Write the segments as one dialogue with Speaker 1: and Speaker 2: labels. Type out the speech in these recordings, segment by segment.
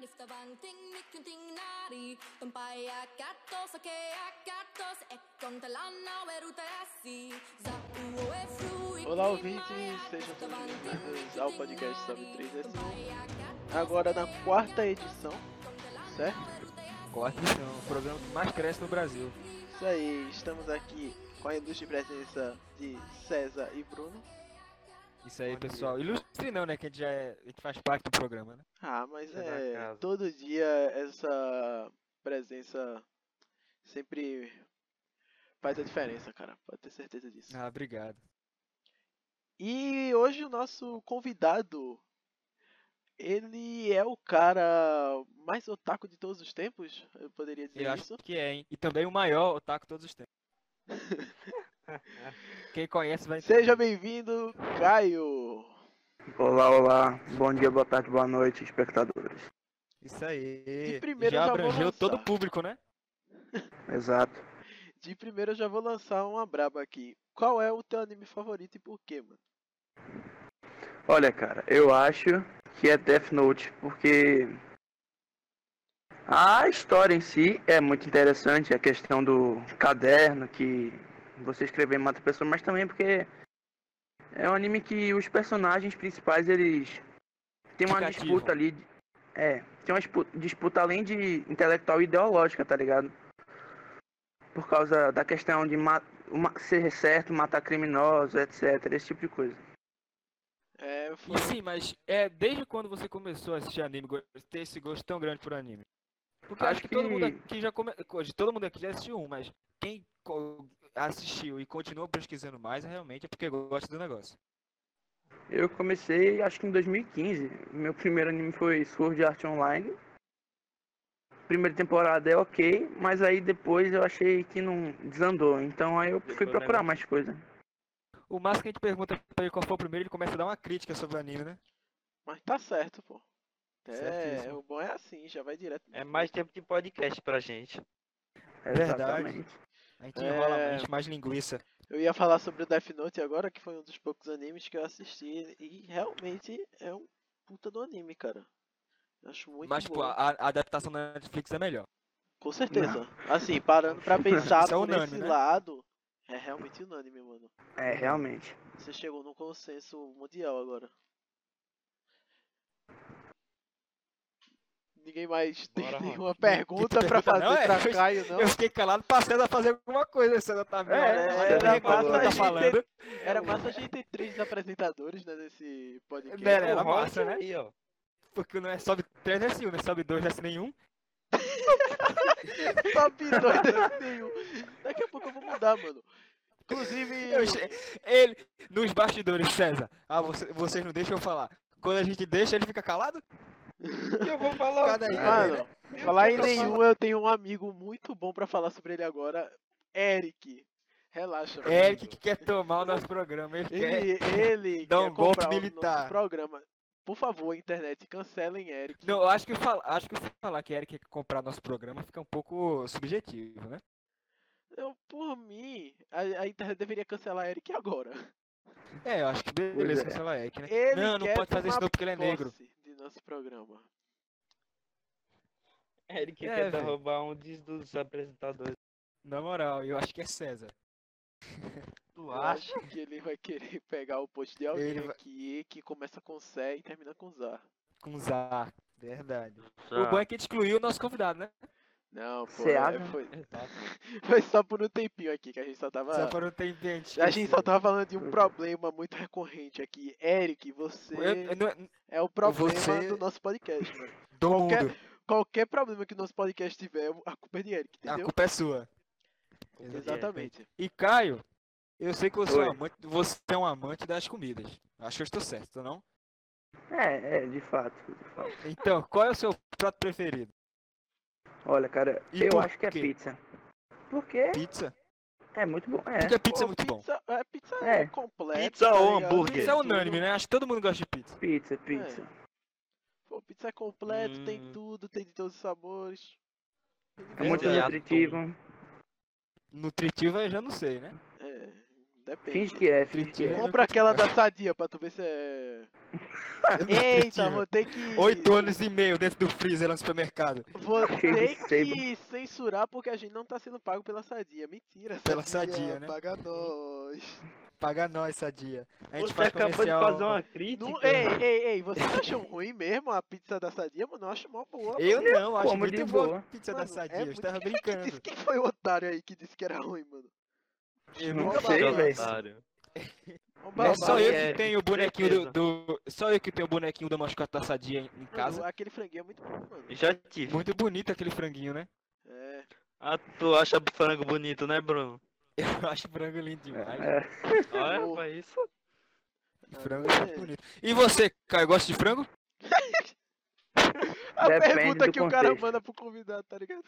Speaker 1: lyfta vanting, mycken ting nari Tumpai akatos, oke akatos E kontalana ueruta asi Zau e frui
Speaker 2: Olá, ouvintes, sejam bem-vindos ao podcast sobre 3 Agora na quarta edição, certo?
Speaker 3: Corte não, então, o programa que mais cresce no Brasil.
Speaker 2: Isso aí, estamos aqui com a ilustre presença de César e Bruno.
Speaker 3: Isso aí, pessoal. Ilustre não, né? Que a gente já é, a gente faz parte do programa, né?
Speaker 2: Ah, mas
Speaker 4: Você dá
Speaker 2: é.
Speaker 4: casa.
Speaker 2: Todo dia essa presença sempre faz a diferença, cara. Pode ter certeza disso.
Speaker 3: Ah, obrigado.
Speaker 2: E hoje o nosso convidado, ele é o cara mais otaku de todos os tempos, eu poderia dizer
Speaker 3: Eu
Speaker 2: isso.
Speaker 3: acho que é, hein? E também o maior otaku todos os tempos. Quem conhece vai
Speaker 2: Seja bem-vindo, Caio.
Speaker 5: Olá, olá. Bom dia, boa tarde, boa noite, espectadores.
Speaker 3: Isso aí.
Speaker 2: De primeira
Speaker 3: já
Speaker 2: eu já vou
Speaker 3: abrangeu
Speaker 2: lançar.
Speaker 3: todo o público, né?
Speaker 5: Exato.
Speaker 2: De primeiro eu já vou lançar uma braba aqui. Qual é o teu anime favorito e por quê, mano?
Speaker 5: Olha, cara, eu acho que é Death Note, porque a história em si é muito interessante, a questão do caderno que você escrever mata a pessoa, mas também porque é um anime que os personagens principais, eles têm uma
Speaker 3: Cativo.
Speaker 5: disputa ali, de- é, tem uma dispu- disputa além de intelectual e ideológica, tá ligado? Por causa da questão de ma- uma- ser certo, matar criminosos, etc, esse tipo de coisa.
Speaker 2: É,
Speaker 3: E
Speaker 2: foi-
Speaker 3: sim, mas é desde quando você começou a assistir anime, go- ter esse gosto tão grande por anime? Porque acho,
Speaker 5: Acho
Speaker 3: que, todo mundo
Speaker 5: que-
Speaker 3: aqui já come... de todo mundo aqui já assistiu um, mas quem co- assistiu e continua pesquisando mais é realmente é porque gosta do negócio.
Speaker 5: Eu comecei, acho que em 2015. Meu primeiro anime foi Sword Art Online. Primeira temporada é ok, mas aí depois eu achei que não desandou. Então aí eu fui
Speaker 4: Depois, né,
Speaker 5: procurar
Speaker 4: mano?
Speaker 5: mais coisa.
Speaker 3: O máximo que a gente pergunta pra ele qual foi o primeiro, ele começa a dar uma crítica sobre o anime, né?
Speaker 2: Mas tá certo, pô. É,
Speaker 3: Certíssimo.
Speaker 2: o bom é assim, já vai direto.
Speaker 4: É mais tempo de podcast pra gente.
Speaker 3: Verdade.
Speaker 5: Exatamente.
Speaker 3: A gente enrola
Speaker 2: É.
Speaker 3: a mente, mais linguiça.
Speaker 2: Eu ia falar sobre o Death Note agora, que foi um dos poucos animes que eu assisti. E realmente é um puta do anime, cara. Eu Acho muito
Speaker 3: mas,
Speaker 2: bom.
Speaker 3: pô, a, a adaptação da Netflix é melhor.
Speaker 2: Com certeza. Assim, parando pra pensar
Speaker 3: Isso é
Speaker 2: por
Speaker 3: unânime,
Speaker 2: esse
Speaker 3: né?
Speaker 2: lado, é realmente unânime, mano.
Speaker 5: É, realmente.
Speaker 2: Você chegou num consenso mundial agora. Ninguém mais tem
Speaker 4: Bora,
Speaker 2: nenhuma
Speaker 4: Rock.
Speaker 2: pergunta
Speaker 3: Que
Speaker 2: pra
Speaker 3: pergunta?
Speaker 2: fazer
Speaker 3: Não, é,
Speaker 2: pra
Speaker 3: eu-
Speaker 2: Caio, não?
Speaker 3: Eu fiquei calado pra César fazer alguma coisa, César tá vendo?
Speaker 2: É,
Speaker 3: Olha,
Speaker 2: é,
Speaker 3: olha o
Speaker 2: era
Speaker 3: recado que
Speaker 2: massa,
Speaker 3: tá
Speaker 2: gente.
Speaker 4: é,
Speaker 3: falando.
Speaker 2: Era massa a gente ter três apresentadores, né, nesse podcast.
Speaker 3: Né, né? Era
Speaker 4: O Rock
Speaker 3: massa, né?
Speaker 4: Aí, ó.
Speaker 3: Porque não é sobe 3 nesse 1, né? Sobe 2 nesse nenhum.
Speaker 2: Top dois desse nenhum. Daqui a pouco eu vou mudar, mano. Inclusive,
Speaker 3: Eu che- Ele, nos bastidores, César. Ah, você- vocês não deixam eu falar. Quando a gente deixa, ele fica calado?
Speaker 4: Eu vou falar.
Speaker 3: Cada aí,
Speaker 2: mano,
Speaker 3: galera.
Speaker 2: falar em
Speaker 3: Eu tô
Speaker 2: nenhum, eu tenho um amigo muito bom pra falar sobre ele agora, Eric. Relaxa, mano.
Speaker 3: Eric que quer tomar o nosso programa. Ele quer.
Speaker 2: Ele, ele
Speaker 3: Dá
Speaker 2: quer
Speaker 3: um golpe
Speaker 2: comprar o
Speaker 3: militar.
Speaker 2: nosso programa. Por favor, internet, cancelem Eric.
Speaker 3: Não, eu acho que, fal- acho que falar que Eric quer comprar nosso programa fica um pouco subjetivo, né?
Speaker 2: Eu, por mim, a, a internet deveria cancelar Eric agora.
Speaker 3: É, eu acho que beleza
Speaker 5: é.
Speaker 3: cancelar Eric, né?
Speaker 2: Ele
Speaker 3: Não, não
Speaker 2: quer
Speaker 3: pode fazer isso
Speaker 2: tomar
Speaker 3: não porque ele é negro.
Speaker 2: posse De nosso programa.
Speaker 4: Ele que
Speaker 3: É,
Speaker 4: quer
Speaker 3: velho.
Speaker 4: derrubar um dos, dos apresentadores.
Speaker 3: Na moral, eu acho que é César.
Speaker 4: Tu
Speaker 2: Eu
Speaker 4: acha?
Speaker 2: acho que ele vai querer pegar o post de alguém
Speaker 3: Ele vai-
Speaker 2: aqui que começa com Sé e termina com Zá.
Speaker 3: Com Zá. Verdade.
Speaker 5: Tá.
Speaker 3: O bom é que a gente excluiu o nosso convidado, né?
Speaker 2: Não, pô,
Speaker 5: Cê
Speaker 2: é,
Speaker 5: acha?
Speaker 2: foi,
Speaker 4: Exato.
Speaker 2: foi só por um tempinho aqui que a gente só tava.
Speaker 3: tá, Só para não ter gente.
Speaker 2: A gente só tava falando de um
Speaker 5: Uhum.
Speaker 2: problema muito recorrente aqui. Eric, você
Speaker 3: Eu, eu não-
Speaker 2: é o problema
Speaker 3: você-
Speaker 2: do nosso podcast, mano.
Speaker 3: do
Speaker 2: Qualquer-
Speaker 3: mundo.
Speaker 2: Qualquer problema que o nosso podcast tiver, a culpa é de Eric,
Speaker 3: A
Speaker 2: entendeu?
Speaker 3: culpa é sua.
Speaker 2: Exatamente.
Speaker 3: E Caio, eu sei que você é, um
Speaker 5: Oi.
Speaker 3: amante, você é um amante das comidas. Acho que eu estou certo, tô não?
Speaker 5: É, é, de fato. de fato.
Speaker 3: Então, qual é o seu prato preferido?
Speaker 5: Olha, cara,
Speaker 3: E
Speaker 5: eu
Speaker 3: por
Speaker 5: acho que é
Speaker 3: quê?
Speaker 5: pizza. Porque
Speaker 3: Pizza?
Speaker 5: é muito bom. É.
Speaker 3: Porque a pizza
Speaker 2: Pô,
Speaker 3: é muito bom.
Speaker 2: pizza, É, pizza é,
Speaker 5: É.
Speaker 2: completa.
Speaker 4: Pizza ou
Speaker 2: ligado?
Speaker 4: hambúrguer?
Speaker 3: Pizza é unânime, né? Acho que todo mundo gosta de pizza.
Speaker 5: Pizza, pizza.
Speaker 2: Pô, pizza é completo, tem
Speaker 4: Hum.
Speaker 2: tudo, tem de todos os sabores.
Speaker 5: É muito
Speaker 4: Verdade.
Speaker 5: nutritivo.
Speaker 3: Nutritiva eu já não sei, né?
Speaker 2: É, Depende.
Speaker 5: Finge que é, finge que é.
Speaker 2: Compra aquela da Sadia pra tu ver se é. Eita, vou ter que.
Speaker 3: Oito anos e meio dentro do freezer lá no supermercado.
Speaker 2: Vou
Speaker 5: Cheio
Speaker 2: ter
Speaker 5: de sebo.
Speaker 2: que censurar porque a gente não tá sendo pago pela Sadia. é Mentira,
Speaker 3: Pela Sadia, né?
Speaker 2: Paga nós.
Speaker 3: Paga nós, Sadia. A gente
Speaker 6: Você
Speaker 3: faz
Speaker 6: acabou
Speaker 3: comercial...
Speaker 6: de fazer uma crítica. né?
Speaker 2: Não- ei, ei, ei, vocês acham ruim mesmo a pizza da Sadia? Mano, eu acho mó boa.
Speaker 3: Eu não, acho
Speaker 5: como de
Speaker 3: muito boa
Speaker 5: boa.
Speaker 3: a pizza da
Speaker 2: Mano,
Speaker 3: Sadia.
Speaker 2: é
Speaker 3: eu estava
Speaker 2: muito- Quem
Speaker 3: brincando.
Speaker 2: disse- Quem foi o otário aí que disse que era ruim, mano?
Speaker 3: Eu
Speaker 5: Não
Speaker 3: nunca
Speaker 5: sei,
Speaker 3: falei
Speaker 6: Seu
Speaker 5: velho.
Speaker 3: isso.
Speaker 6: otário.
Speaker 2: Um
Speaker 3: É
Speaker 2: babado.
Speaker 3: só eu que
Speaker 6: Eric,
Speaker 3: tenho o bonequinho
Speaker 6: certeza.
Speaker 3: do, do- Só eu que tenho o bonequinho do mascote da Sadia em, em
Speaker 2: Mano,
Speaker 3: casa.
Speaker 2: Aquele franguinho é muito bom, mano.
Speaker 6: Já tive.
Speaker 3: Muito bonito aquele franguinho, né?
Speaker 2: É.
Speaker 6: Ah, tu acha frango bonito, né, Bruno?
Speaker 3: Eu acho frango lindo demais.
Speaker 5: É,
Speaker 6: Olha
Speaker 2: Oh.
Speaker 6: pra isso.
Speaker 3: Frango é muito bonito. E você, Caio, gosta de frango?
Speaker 2: A
Speaker 5: Depende
Speaker 2: pergunta
Speaker 5: do
Speaker 2: que o cara
Speaker 5: contexto.
Speaker 2: manda pro convidado, tá ligado?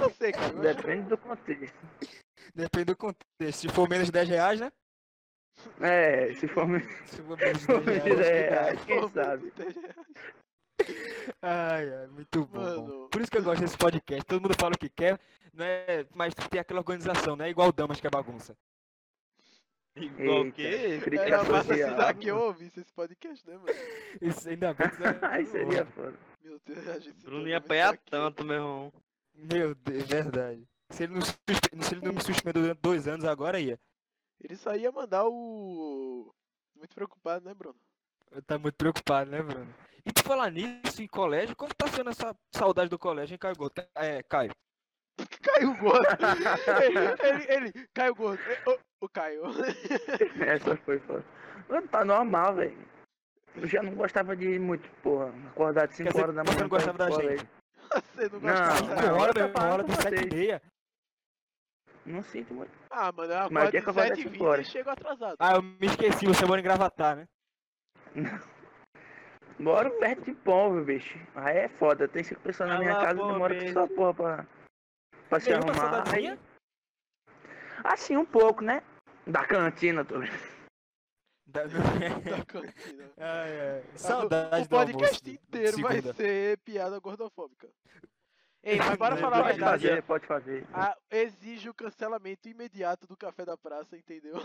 Speaker 2: Não sei, cara. eu acho-
Speaker 5: depende do contexto.
Speaker 3: Depende do contexto. Se for menos de 10 reais, né?
Speaker 5: É, se for menos
Speaker 3: Se for menos de 10 reais.
Speaker 5: é, quem sabe.
Speaker 3: Ai, ai, muito bom. bom.
Speaker 2: Mano.
Speaker 3: Por isso que eu gosto desse podcast. Todo mundo fala o que quer, né? mas tem aquela organização, né? Igual o Damas que é bagunça.
Speaker 6: é Igual
Speaker 5: Eita.
Speaker 6: o quê?
Speaker 5: Crítica
Speaker 2: Era assim massa se
Speaker 5: social.
Speaker 2: Zaqueu ouvisse esse podcast, né, mano?
Speaker 3: Isso ainda bem que isso é-
Speaker 5: Aí seria foda.
Speaker 2: Meu Deus, a gente. tá se
Speaker 6: Bruno
Speaker 2: deu nome
Speaker 6: ia apanhar
Speaker 2: Zaqueu.
Speaker 6: tanto, meu irmão.
Speaker 3: Meu Deus, é verdade. Se ele não, suspe- se ele não me suspendeu durante dois anos agora, ia.
Speaker 2: Ele só ia mandar o. Muito preocupado, né, Bruno?
Speaker 3: Eu tá muito preocupado, né, Bruno? E por falar nisso, em colégio, como tá sendo essa saudade do colégio, hein, Caio? Goto? É, Caio.
Speaker 2: Caio Gordo! ele, ele, ele, Caio Gordo. é, O, o Caio.
Speaker 5: Essa foi foda. Mano, tá normal, velho. Eu já não gostava de ir muito, porra. Acordar de 5
Speaker 3: dizer,
Speaker 5: horas da
Speaker 3: você
Speaker 5: manhã.
Speaker 3: não gostava
Speaker 5: pra ir
Speaker 3: da
Speaker 5: pro
Speaker 3: gente?
Speaker 5: colégio.
Speaker 2: Você não
Speaker 5: Não,
Speaker 2: gosta
Speaker 5: não.
Speaker 2: de
Speaker 3: Uma hora,
Speaker 5: eu
Speaker 3: uma
Speaker 5: trabalho
Speaker 3: hora
Speaker 5: com
Speaker 3: das sete e
Speaker 5: vocês.
Speaker 3: meia.
Speaker 5: Não sinto muito.
Speaker 2: Ah, mano, eu
Speaker 5: Mas o
Speaker 2: acordo
Speaker 5: que é
Speaker 2: às
Speaker 5: que eu vou dar
Speaker 2: 7h20
Speaker 5: cinco
Speaker 2: e
Speaker 5: horas?
Speaker 2: chego atrasado.
Speaker 3: Ah, eu me esqueci, você mora em Gravatar, né?
Speaker 5: Moro perto de povo, bicho. Aí é foda. Tem cinco pessoas na
Speaker 6: Ah
Speaker 5: minha
Speaker 6: lá,
Speaker 5: casa
Speaker 6: pô,
Speaker 5: que demora
Speaker 6: bicho.
Speaker 5: só porra pra, pra se
Speaker 3: Nenhuma
Speaker 5: arrumar. Aí-
Speaker 3: saudadezinha?
Speaker 5: assim, um pouco, né? Da cantina, tô ligado?
Speaker 3: Da-
Speaker 2: Da cantina.
Speaker 3: Ai, ai.
Speaker 2: Ah,
Speaker 3: Saudade
Speaker 2: né? Tá o podcast inteiro
Speaker 3: vai
Speaker 2: vai ser piada gordofóbica. Ei, mas bora
Speaker 3: Não,
Speaker 2: falar a
Speaker 5: Pode
Speaker 3: verdade,
Speaker 2: verdade.
Speaker 5: fazer, pode fazer.
Speaker 2: Ah, exige o cancelamento imediato do café da praça, entendeu?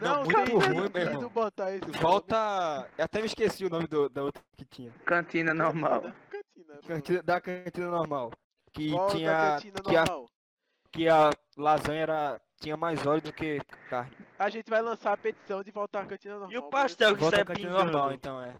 Speaker 3: Não, muito
Speaker 2: tem
Speaker 3: ruim, meu
Speaker 2: sentido
Speaker 3: irmão.
Speaker 2: botar esse
Speaker 3: Volta. Eu até me esqueci o nome do, da outra que tinha.
Speaker 5: Cantina
Speaker 2: nome.
Speaker 5: normal.
Speaker 2: Cantina, cantina,
Speaker 3: Cantina- da cantina normal. Que
Speaker 2: Volta à
Speaker 3: tinha.
Speaker 2: cantina
Speaker 3: Que a,
Speaker 2: normal.
Speaker 3: que a lasanha era, tinha mais óleo do que carne.
Speaker 2: A gente vai lançar a petição de voltar à cantina normal.
Speaker 6: E o
Speaker 2: mano.
Speaker 6: pastel que
Speaker 3: Volta
Speaker 6: sai
Speaker 3: à cantina normal,
Speaker 6: pingando?
Speaker 3: então é.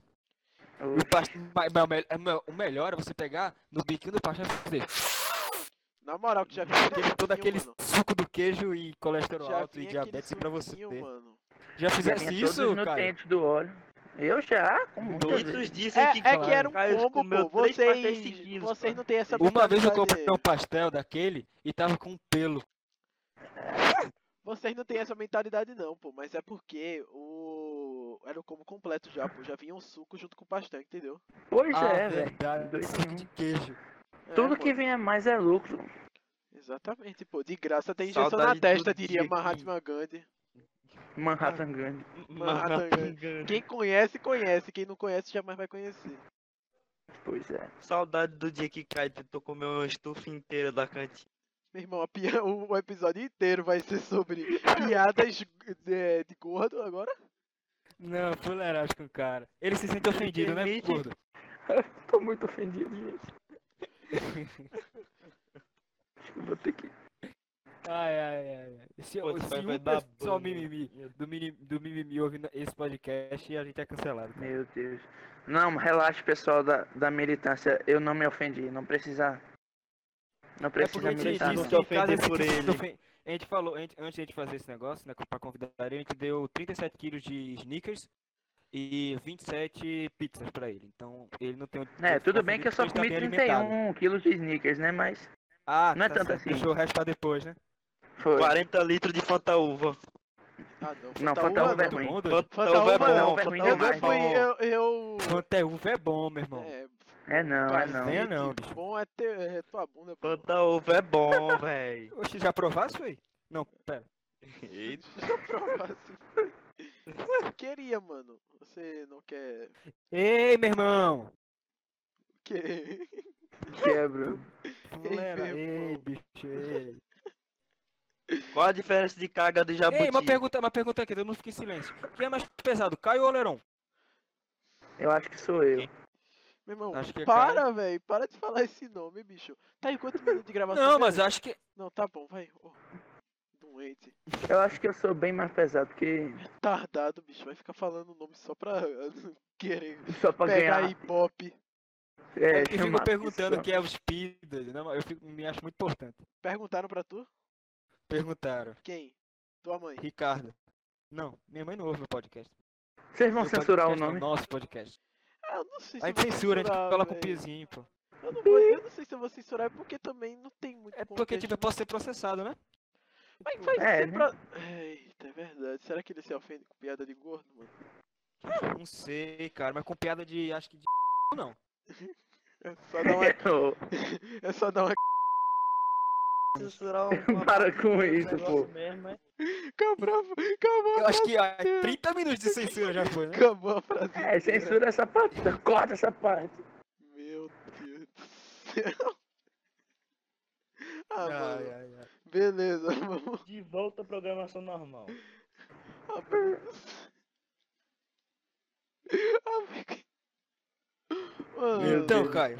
Speaker 5: O-
Speaker 3: E o, pastel, mas- mas o mel- é mel- o melhor é você pegar no biquinho do pastel e fazer
Speaker 2: Na moral, que já vinha
Speaker 3: aquele- todo
Speaker 2: suquinho,
Speaker 3: aquele
Speaker 2: mano.
Speaker 3: suco do queijo e colesterol
Speaker 2: Já
Speaker 3: alto e
Speaker 2: vinha
Speaker 3: diabetes
Speaker 2: aquele
Speaker 3: pra você.
Speaker 2: suquinho, mano.
Speaker 3: Já
Speaker 5: Já
Speaker 3: fizesse
Speaker 5: tinha todos
Speaker 3: isso,
Speaker 5: os
Speaker 3: cara?
Speaker 5: nutrientes do óleo. Eu já? Com muitas vezes.
Speaker 6: Muitos dizem
Speaker 2: É,
Speaker 6: que,
Speaker 2: é que era um
Speaker 6: Caio
Speaker 2: combo,
Speaker 6: comeu
Speaker 2: pô.
Speaker 6: três pastéis
Speaker 2: Vocês,
Speaker 6: seguidos,
Speaker 2: vocês
Speaker 6: pô.
Speaker 2: não têm essa
Speaker 3: Uma vez eu
Speaker 2: mentalidade
Speaker 3: comprei
Speaker 2: aí.
Speaker 3: um pastel daquele e tava com pelo.
Speaker 2: Vocês não têm essa mentalidade não, pô, mas é porque o era o combo completo já, pô, já vinha um suco junto com o pastel, entendeu?
Speaker 5: Pois
Speaker 3: ah,
Speaker 5: é, velho.
Speaker 3: verdade.
Speaker 5: Dois em
Speaker 3: suco
Speaker 5: um.
Speaker 3: de queijo.
Speaker 2: É,
Speaker 5: Tudo
Speaker 2: pô,
Speaker 5: que vem a mais é lucro.
Speaker 2: Exatamente, pô, de graça tem injeção
Speaker 6: Saudade
Speaker 2: na
Speaker 6: do
Speaker 2: testa,
Speaker 6: dia
Speaker 2: diria
Speaker 6: que-
Speaker 2: Mahatma Gandhi.
Speaker 3: Ah.
Speaker 5: Manhattan Grande.
Speaker 2: Manhattan Grande. Quem conhece, conhece, quem não conhece jamais vai conhecer.
Speaker 5: Pois é.
Speaker 6: Saudade do dia que Caio tentou comer uma estufa inteira da cantina.
Speaker 2: Meu irmão, a pia- o o episódio inteiro vai ser sobre piadas de, de gordo agora.
Speaker 3: Não, fuleiragem com o cara. Ele se sente ofendido, né,
Speaker 6: permite-
Speaker 3: gordo?
Speaker 5: Tô muito ofendido, gente. Vou ter que.
Speaker 3: Ai, ai, ai. ai. Se,
Speaker 6: Pô, tu
Speaker 3: se
Speaker 6: vai- vai
Speaker 3: um
Speaker 6: dar
Speaker 3: pessoal
Speaker 6: banho.
Speaker 3: mimimi do, mini, do mimimi ouvindo esse podcast, a gente é cancelado. cara.
Speaker 5: Meu Deus. Não, relaxa, pessoal da, da militância. Eu não me ofendi. Não precisa. Não
Speaker 3: É
Speaker 5: precisa
Speaker 3: porque a gente
Speaker 5: militar.
Speaker 3: disse
Speaker 5: não.
Speaker 6: se
Speaker 3: que em
Speaker 6: ofender
Speaker 3: casa a gente
Speaker 6: por
Speaker 3: se
Speaker 6: ele.
Speaker 3: ofen- A gente falou, a gente- antes de a gente fazer esse negócio, né, pra convidar ele, a gente deu 37 quilos de sneakers e 27 pizzas pra ele. Então, ele não tem... onde
Speaker 5: É, tudo
Speaker 3: ficar
Speaker 5: bem
Speaker 3: feliz
Speaker 5: que eu só
Speaker 3: porque ele
Speaker 5: comi
Speaker 3: tá bem alimentado.
Speaker 5: 31 quilos de sneakers, né? Mas
Speaker 3: Ah,
Speaker 5: não é
Speaker 3: tá
Speaker 5: tanto
Speaker 3: certo,
Speaker 5: assim.
Speaker 3: Deixou o resto pra depois, né?
Speaker 5: foi.
Speaker 6: 40 litros de Fanta Uva.
Speaker 2: Ah, não.
Speaker 5: Não,
Speaker 2: Fanta
Speaker 5: Fanta
Speaker 2: Uva,
Speaker 5: Uva é
Speaker 2: não.
Speaker 5: ruim.
Speaker 3: Muito bom, doido.
Speaker 6: Fanta
Speaker 2: Fanta
Speaker 6: Uva é
Speaker 2: Uva
Speaker 5: não,
Speaker 6: bom,
Speaker 5: Fanta
Speaker 6: Fanta
Speaker 5: Uva
Speaker 2: Eu
Speaker 6: Uva é
Speaker 2: não
Speaker 5: mais
Speaker 2: fui,
Speaker 6: bom.
Speaker 2: eu, eu
Speaker 3: Fanta uva é bom, meu irmão.
Speaker 2: é,
Speaker 5: É não, é não.
Speaker 3: Parece-
Speaker 2: Cacete,
Speaker 3: não, bicho.
Speaker 2: Bom é, ter, é tua bunda. pô.
Speaker 6: Fanta Uva é bom, véi.
Speaker 3: Oxe, já provasse, foi? Não, pera.
Speaker 6: Eita.
Speaker 2: Eu assim. queria, mano. Você não quer.
Speaker 3: Ei, meu irmão!
Speaker 2: Que...
Speaker 5: Quebra.
Speaker 3: Galera,
Speaker 2: meu
Speaker 3: ei,
Speaker 2: irmão.
Speaker 3: bicho, ei.
Speaker 6: Qual a diferença de carga
Speaker 5: Tá
Speaker 6: de jabuti?
Speaker 3: Ei, uma pergunta, uma pergunta aqui, todo mundo fica em silêncio. Quem é mais pesado, Caio ou Leron?
Speaker 5: Eu acho que sou eu.
Speaker 2: Meu irmão,
Speaker 3: Acho que é cara-
Speaker 2: para, velho. Para de falar esse nome, bicho. Tá em quantos minutos de gravação?
Speaker 3: Não,
Speaker 2: mesmo?
Speaker 3: mas acho que.
Speaker 2: Não, tá bom, vai. Ô, Doente.
Speaker 5: Eu acho que eu sou bem mais pesado, porque
Speaker 2: Tardado, bicho. Vai ficar falando o nome só pra querer
Speaker 5: só pra
Speaker 2: pegar
Speaker 5: ganhar.
Speaker 2: ibope.
Speaker 5: É,
Speaker 3: É que
Speaker 5: chamar
Speaker 3: ficam perguntando
Speaker 5: atenção.
Speaker 3: quem é o Speed. Não, eu fico- me acho muito importante.
Speaker 2: Perguntaram pra tu?
Speaker 3: Perguntaram.
Speaker 2: Quem? Tua mãe.
Speaker 3: Ricardo. Não, minha mãe não ouve meu podcast.
Speaker 5: Vocês vão
Speaker 3: Meu
Speaker 5: censurar o
Speaker 3: podcast é
Speaker 5: nome.
Speaker 3: Nosso podcast.
Speaker 2: Ah, eu não sei se
Speaker 3: A
Speaker 2: eu
Speaker 3: gente
Speaker 2: vou
Speaker 3: censura, a gente
Speaker 2: censurar,
Speaker 3: coloca o
Speaker 2: véi.
Speaker 3: pizinho, pô.
Speaker 2: Eu não, vou, eu não sei se eu vou censurar, é porque também não tem muito
Speaker 3: É porque, tipo, eu
Speaker 2: contexto.
Speaker 3: posso ser processado, né?
Speaker 2: Mas vai
Speaker 5: É,
Speaker 2: ser
Speaker 5: né?
Speaker 2: pra... Eita, é verdade. Será que ele se ofende com piada de gordo, mano?
Speaker 3: Não sei, cara, mas com piada de. Acho que de. Não.
Speaker 2: É só dar uma... é só dar uma...
Speaker 6: Censurar uma-
Speaker 5: Para com
Speaker 6: um
Speaker 5: isso,
Speaker 6: negócio
Speaker 5: pô.
Speaker 6: mesmo, é?
Speaker 2: Fica bravo. Acabou,
Speaker 3: Eu acho que ah, 30 minutos de censura já foi, né?
Speaker 2: acabou a frase.
Speaker 5: É, censura essa parte. Corta essa parte.
Speaker 2: Meu Deus do céu. Ah, mano.
Speaker 3: Ai,
Speaker 5: é.
Speaker 3: ai, ai.
Speaker 2: Beleza, vamos.
Speaker 6: De volta à programação normal.
Speaker 2: Ah, mano. Ah, porque- Mano,
Speaker 5: Meu
Speaker 3: Então,
Speaker 5: Deus.
Speaker 3: Caio.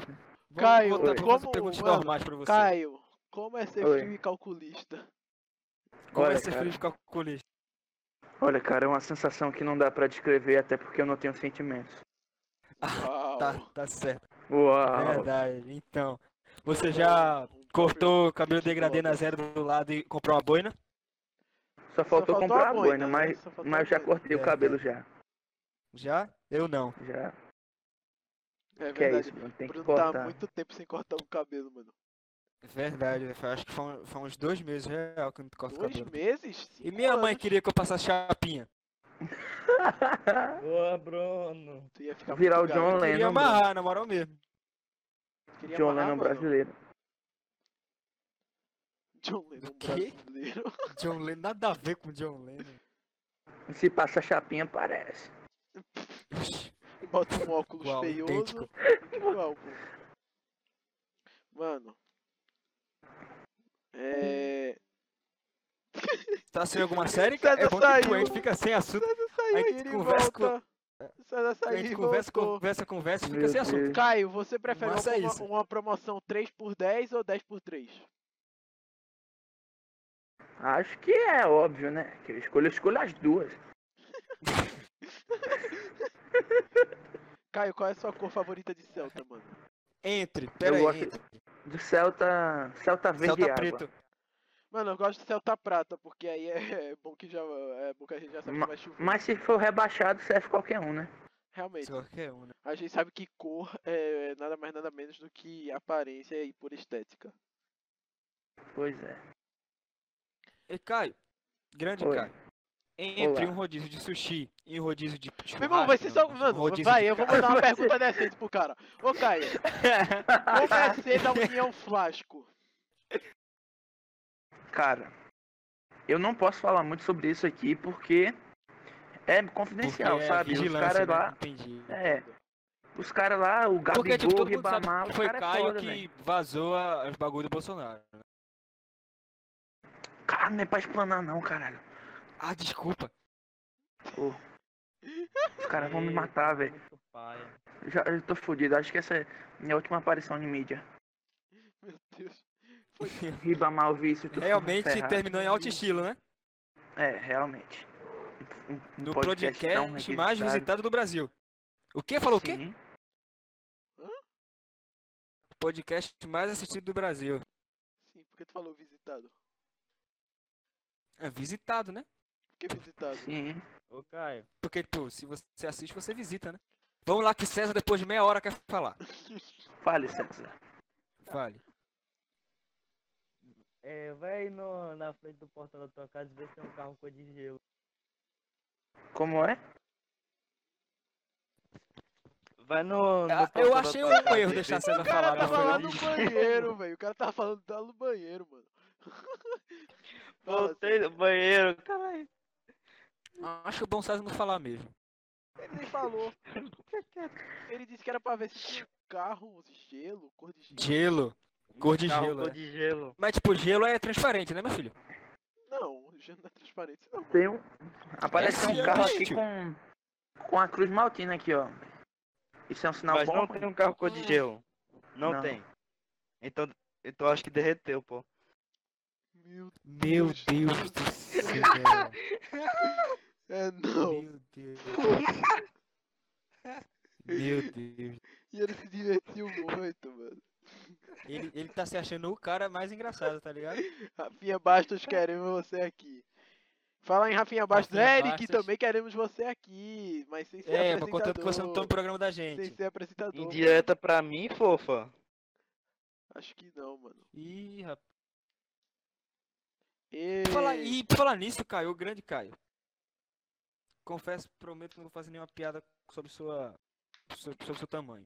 Speaker 2: Caio,
Speaker 3: vamos voltar pra
Speaker 2: como-
Speaker 3: fazer perguntas
Speaker 2: mano,
Speaker 3: normais pra você.
Speaker 2: Caio, como é ser
Speaker 5: Oi.
Speaker 2: frio e calculista?
Speaker 3: Como é
Speaker 5: Olha,
Speaker 3: ser
Speaker 5: cara.
Speaker 3: frio de calculista?
Speaker 5: Olha, cara, é uma sensação que não dá pra descrever, até porque eu não tenho sentimentos.
Speaker 2: Uau.
Speaker 3: Tá, tá certo. É
Speaker 5: Uau.
Speaker 3: verdade. Então, você já cortou o cabelo degradê na zero do lado e comprou uma boina?
Speaker 5: Só faltou
Speaker 2: faltou
Speaker 5: comprar
Speaker 2: a
Speaker 5: a
Speaker 2: boina,
Speaker 5: boina,
Speaker 2: né?
Speaker 5: mas,
Speaker 2: Só faltou a
Speaker 5: mas eu já
Speaker 2: boina.
Speaker 5: cortei
Speaker 3: É,
Speaker 5: o cabelo já.
Speaker 3: Já? Eu não.
Speaker 5: Já.
Speaker 2: É
Speaker 5: Que é
Speaker 2: verdade.
Speaker 5: isso, mano. Tem que
Speaker 2: Bruno tá há
Speaker 5: cortar.
Speaker 2: muito tempo sem cortar o cabelo, mano.
Speaker 3: Verdade, né? Foi- acho que foi, um- foi uns dois meses real que eu não corto o
Speaker 2: Dois
Speaker 3: cabelo.
Speaker 2: meses?
Speaker 3: E
Speaker 2: Cinco
Speaker 3: minha mãe
Speaker 2: anos.
Speaker 3: queria que eu passasse chapinha.
Speaker 6: Boa, Bruno.
Speaker 2: Tu ia ficar
Speaker 5: Virar
Speaker 2: muito
Speaker 5: o John
Speaker 2: garoto.
Speaker 5: Lennon.
Speaker 3: Queria amarrar, na moral mesmo.
Speaker 2: Queria
Speaker 5: John
Speaker 2: amarrar,
Speaker 5: Lennon
Speaker 2: mano.
Speaker 5: brasileiro.
Speaker 2: John Lennon
Speaker 3: Do quê?
Speaker 2: brasileiro.
Speaker 3: John Lennon, nada a ver com John Lennon.
Speaker 5: Se passa chapinha, parece.
Speaker 3: Ixi,
Speaker 2: Bota um óculos
Speaker 3: Igual,
Speaker 2: feioso.
Speaker 3: idêntico.
Speaker 2: Igual, pô. Mano. É.
Speaker 3: Tá sem alguma série, cara? É
Speaker 2: César
Speaker 3: bom que tipo, a
Speaker 2: saiu.
Speaker 3: gente fica sem assunto,
Speaker 2: Saiu
Speaker 3: Aí
Speaker 2: aí,
Speaker 3: tu
Speaker 2: ele
Speaker 3: conversa com-
Speaker 2: volta. César
Speaker 3: a
Speaker 2: saiu
Speaker 3: gente
Speaker 2: e
Speaker 3: conversa,
Speaker 2: voltou.
Speaker 3: conversa, conversa e fica
Speaker 5: Meu
Speaker 3: sem assunto.
Speaker 5: Deus.
Speaker 2: Caio, você prefere uma,
Speaker 3: Mas é isso.
Speaker 2: promo- uma promoção 3x10 ou 10x3?
Speaker 5: Acho que é óbvio, né? Que eu escolho, eu escolho as duas.
Speaker 2: Caio, qual é a sua cor favorita de Celta, mano?
Speaker 3: Entre, pera aí,
Speaker 5: gosto
Speaker 3: entre.
Speaker 5: Do Celta. Celta verde
Speaker 3: Celta
Speaker 5: e água.
Speaker 3: preto.
Speaker 2: Mano, eu gosto de Celta Prata, porque aí é, é bom que já é bom que a gente já sabe
Speaker 5: Ma-
Speaker 2: que vai chover.
Speaker 5: Mas se for rebaixado, serve qualquer um, né?
Speaker 2: Realmente,
Speaker 3: Qualquer um, né?
Speaker 2: a gente sabe que cor é nada mais nada menos do que aparência e por estética.
Speaker 5: Pois é.
Speaker 3: E Caio, grande
Speaker 5: Oi.
Speaker 3: Caio. Entre
Speaker 5: Olá.
Speaker 3: um rodízio de sushi e um rodízio de churrasco,
Speaker 2: Meu irmão, vai ser só.
Speaker 3: um
Speaker 2: Mano,
Speaker 3: rodízio
Speaker 2: vai,
Speaker 3: de
Speaker 2: eu vou
Speaker 3: carne.
Speaker 2: mandar uma
Speaker 5: Vai é ser-
Speaker 2: pergunta decente pro cara. Ô, Caio, como é ser da União Flasco?
Speaker 5: Cara, eu não posso falar muito sobre isso aqui porque é confidencial,
Speaker 3: Porque é
Speaker 5: sabe? Os
Speaker 3: vigilância,
Speaker 5: caras
Speaker 3: né?
Speaker 5: lá.
Speaker 3: Entendi.
Speaker 5: É. tá Os caras lá, o Gabigol,
Speaker 3: Porque, tipo, todo mundo sabe
Speaker 5: Ribamar,
Speaker 3: que
Speaker 5: os
Speaker 3: foi
Speaker 5: caras é
Speaker 3: Caio
Speaker 5: foda,
Speaker 3: que
Speaker 5: velho.
Speaker 3: vazou a- os bagulho do Bolsonaro. né?
Speaker 5: Cara, não é pra explanar não, caralho.
Speaker 3: Ah, desculpa.
Speaker 5: Os caras
Speaker 3: É.
Speaker 5: vão me matar, velho.
Speaker 6: Muito paia.
Speaker 5: Já eu tô fudido. Acho que essa é minha última aparição em mídia.
Speaker 2: Meu Deus.
Speaker 5: Ribamar, eu vi isso. tu
Speaker 3: Realmente
Speaker 5: ferrado.
Speaker 3: terminou em alto estilo, né?
Speaker 5: É, realmente. Um- um- um
Speaker 3: No
Speaker 5: podcast
Speaker 3: podcast,
Speaker 5: tão
Speaker 3: mais
Speaker 5: requisitado.
Speaker 3: visitado do Brasil. O que? Falou o quê?
Speaker 5: Sim.
Speaker 3: Podcast mais assistido do Brasil.
Speaker 2: Sim, por que tu falou visitado?
Speaker 3: É visitado, né?
Speaker 2: Por que visitado?
Speaker 5: Sim.
Speaker 6: Ô, Caio.
Speaker 3: Porque, pô, se você assiste, você visita, né? Vamos lá que César, depois de meia hora, quer falar.
Speaker 5: Fale, César.
Speaker 3: Vale.
Speaker 6: É, vai no, na frente do portão da tua casa e vê se tem um carro cor de gelo.
Speaker 5: Como é?
Speaker 6: Vai no. no
Speaker 3: Ah,
Speaker 6: portão
Speaker 3: eu
Speaker 6: da
Speaker 3: achei um
Speaker 6: tua casa
Speaker 3: erro
Speaker 6: e vê
Speaker 3: deixar
Speaker 6: se tem um
Speaker 3: César
Speaker 2: O cara
Speaker 3: falar, não
Speaker 6: carro
Speaker 2: tava
Speaker 6: cor
Speaker 3: foi
Speaker 2: lá
Speaker 6: de
Speaker 2: no
Speaker 3: isso.
Speaker 2: banheiro, velho. O cara tava falando tá no banheiro, mano. assim, Fala,
Speaker 6: Voltei né? do banheiro, caralho.
Speaker 3: Acho bom César não falar mesmo.
Speaker 2: Ele nem falou. Ele disse que era pra ver se tinha carro, gelo, cor de gelo.
Speaker 3: Gelo. Cor de
Speaker 6: Carro
Speaker 3: gelo,
Speaker 6: cor
Speaker 3: né?
Speaker 6: de gelo.
Speaker 3: Mas, tipo, gelo é transparente, né, é meu filho?
Speaker 2: mijando na transparência.
Speaker 5: Tem um. Apareceu um
Speaker 7: Esse
Speaker 5: carro
Speaker 7: é
Speaker 5: aqui
Speaker 7: útil.
Speaker 5: com. Com a Cruz Maltina aqui, ó. Isso é um sinal
Speaker 6: Mas
Speaker 5: bom?
Speaker 6: não tem um carro cor de gelo. Não,
Speaker 5: Não.
Speaker 6: tem. Então, então acho que derreteu, pô.
Speaker 2: Meu
Speaker 3: Meu
Speaker 2: Deus.
Speaker 3: Deus do céu.
Speaker 2: É, não.
Speaker 3: Meu Deus. Meu Deus.
Speaker 2: E ele se divertiu muito, mano.
Speaker 3: Ele, ele tá se achando o cara mais engraçado, tá ligado?
Speaker 2: Rafinha Bastos, queremos você aqui. Falar em Rafinha Bastos.
Speaker 3: Rafinha
Speaker 2: Eric,
Speaker 3: Bastos.
Speaker 2: também queremos você aqui. Mas sem ser
Speaker 3: É, mas
Speaker 2: apresentador.
Speaker 3: contanto que você não tá no programa da
Speaker 2: Sem
Speaker 3: gente.
Speaker 2: ser apresentador. mano.
Speaker 6: Indireta pra mim, fofa.
Speaker 2: Acho que não, mano.
Speaker 3: Ih, rapaz.
Speaker 2: E...
Speaker 3: Fala, e por falar nisso, Caio, o grande Caio. Confesso, prometo que não vou fazer nenhuma piada sobre sua. so- sobre seu tamanho.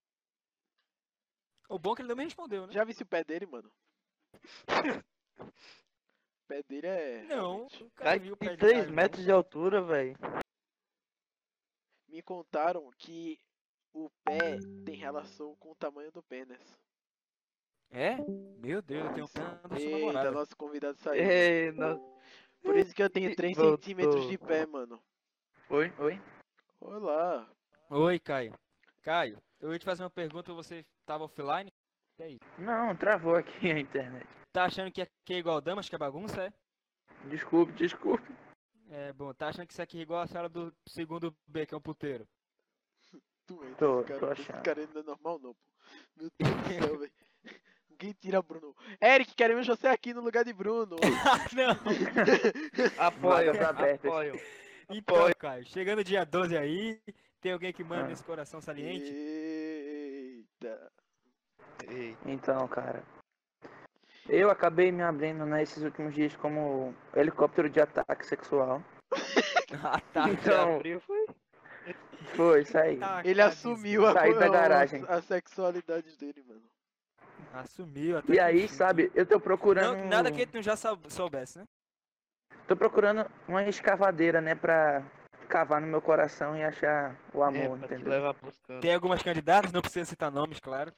Speaker 3: O bom é que ele não me respondeu, né?
Speaker 2: Já vi se o pé dele, mano? o pé dele é.
Speaker 3: Não,
Speaker 2: realmente-
Speaker 3: o cara
Speaker 6: Cara,
Speaker 3: viu o pé
Speaker 6: tem
Speaker 3: de
Speaker 6: 3
Speaker 3: Caio, né? não.
Speaker 6: metros de altura, velho.
Speaker 2: Me contaram que o pé tem relação com o tamanho do pênis.
Speaker 3: É? Meu Deus, eu tenho pena um da sua
Speaker 2: Eita,
Speaker 3: namorada.
Speaker 2: nosso convidado saiu.
Speaker 6: É, não.
Speaker 2: Por isso que eu tenho 3
Speaker 6: Voltou.
Speaker 2: centímetros de pé, mano.
Speaker 5: Oi, oi.
Speaker 2: Olá.
Speaker 3: Oi, Caio. Caio, eu ia te fazer uma pergunta, você tava offline?
Speaker 5: Não, travou aqui a internet.
Speaker 3: Tá achando que aqui é igual damas, que é bagunça, é?
Speaker 5: Desculpe, desculpe.
Speaker 3: É, bom, tá achando que isso aqui é igual a sala do segundo B, que é um puteiro.
Speaker 2: Doente,
Speaker 5: Tô-
Speaker 2: é esse cara,
Speaker 5: tô
Speaker 2: mas Esse
Speaker 5: achando.
Speaker 2: cara ainda é normal não, pô. Meu Deus do céu, velho. Ninguém tira Bruno. Eric, queremos você aqui no lugar de Bruno.
Speaker 3: Ah, não!
Speaker 6: Apoio,
Speaker 5: Vagas abertas.
Speaker 6: apoio.
Speaker 3: Então, Caio, chegando dia 12 aí, tem alguém que manda
Speaker 5: Ah.
Speaker 3: nesse coração saliente?
Speaker 2: Eita.
Speaker 6: Ei,
Speaker 5: Então, cara. Eu acabei me abrindo nesses últimos dias como helicóptero de ataque sexual.
Speaker 3: Ah, tá.
Speaker 5: Então-
Speaker 6: se abriu, foi?
Speaker 5: Foi, isso aí.
Speaker 3: tá,
Speaker 2: Ele
Speaker 3: cara,
Speaker 2: assumiu a,
Speaker 5: Saí da
Speaker 2: o-
Speaker 5: garagem.
Speaker 2: a sexualidade dele, mano.
Speaker 3: desgraça. Assumiu. até
Speaker 5: E
Speaker 3: que
Speaker 5: aí,
Speaker 3: enfim.
Speaker 5: sabe, um eu tô procurando.
Speaker 3: Não, nada que ele não já sou- soubesse, né?
Speaker 5: Tô procurando uma escavadeira, né, pra cavar no meu coração e achar o
Speaker 6: É,
Speaker 5: amor,
Speaker 6: pra te
Speaker 5: entendeu?
Speaker 6: levar pros cantos.
Speaker 3: Tem algumas candidatas, não precisa citar nomes, claro.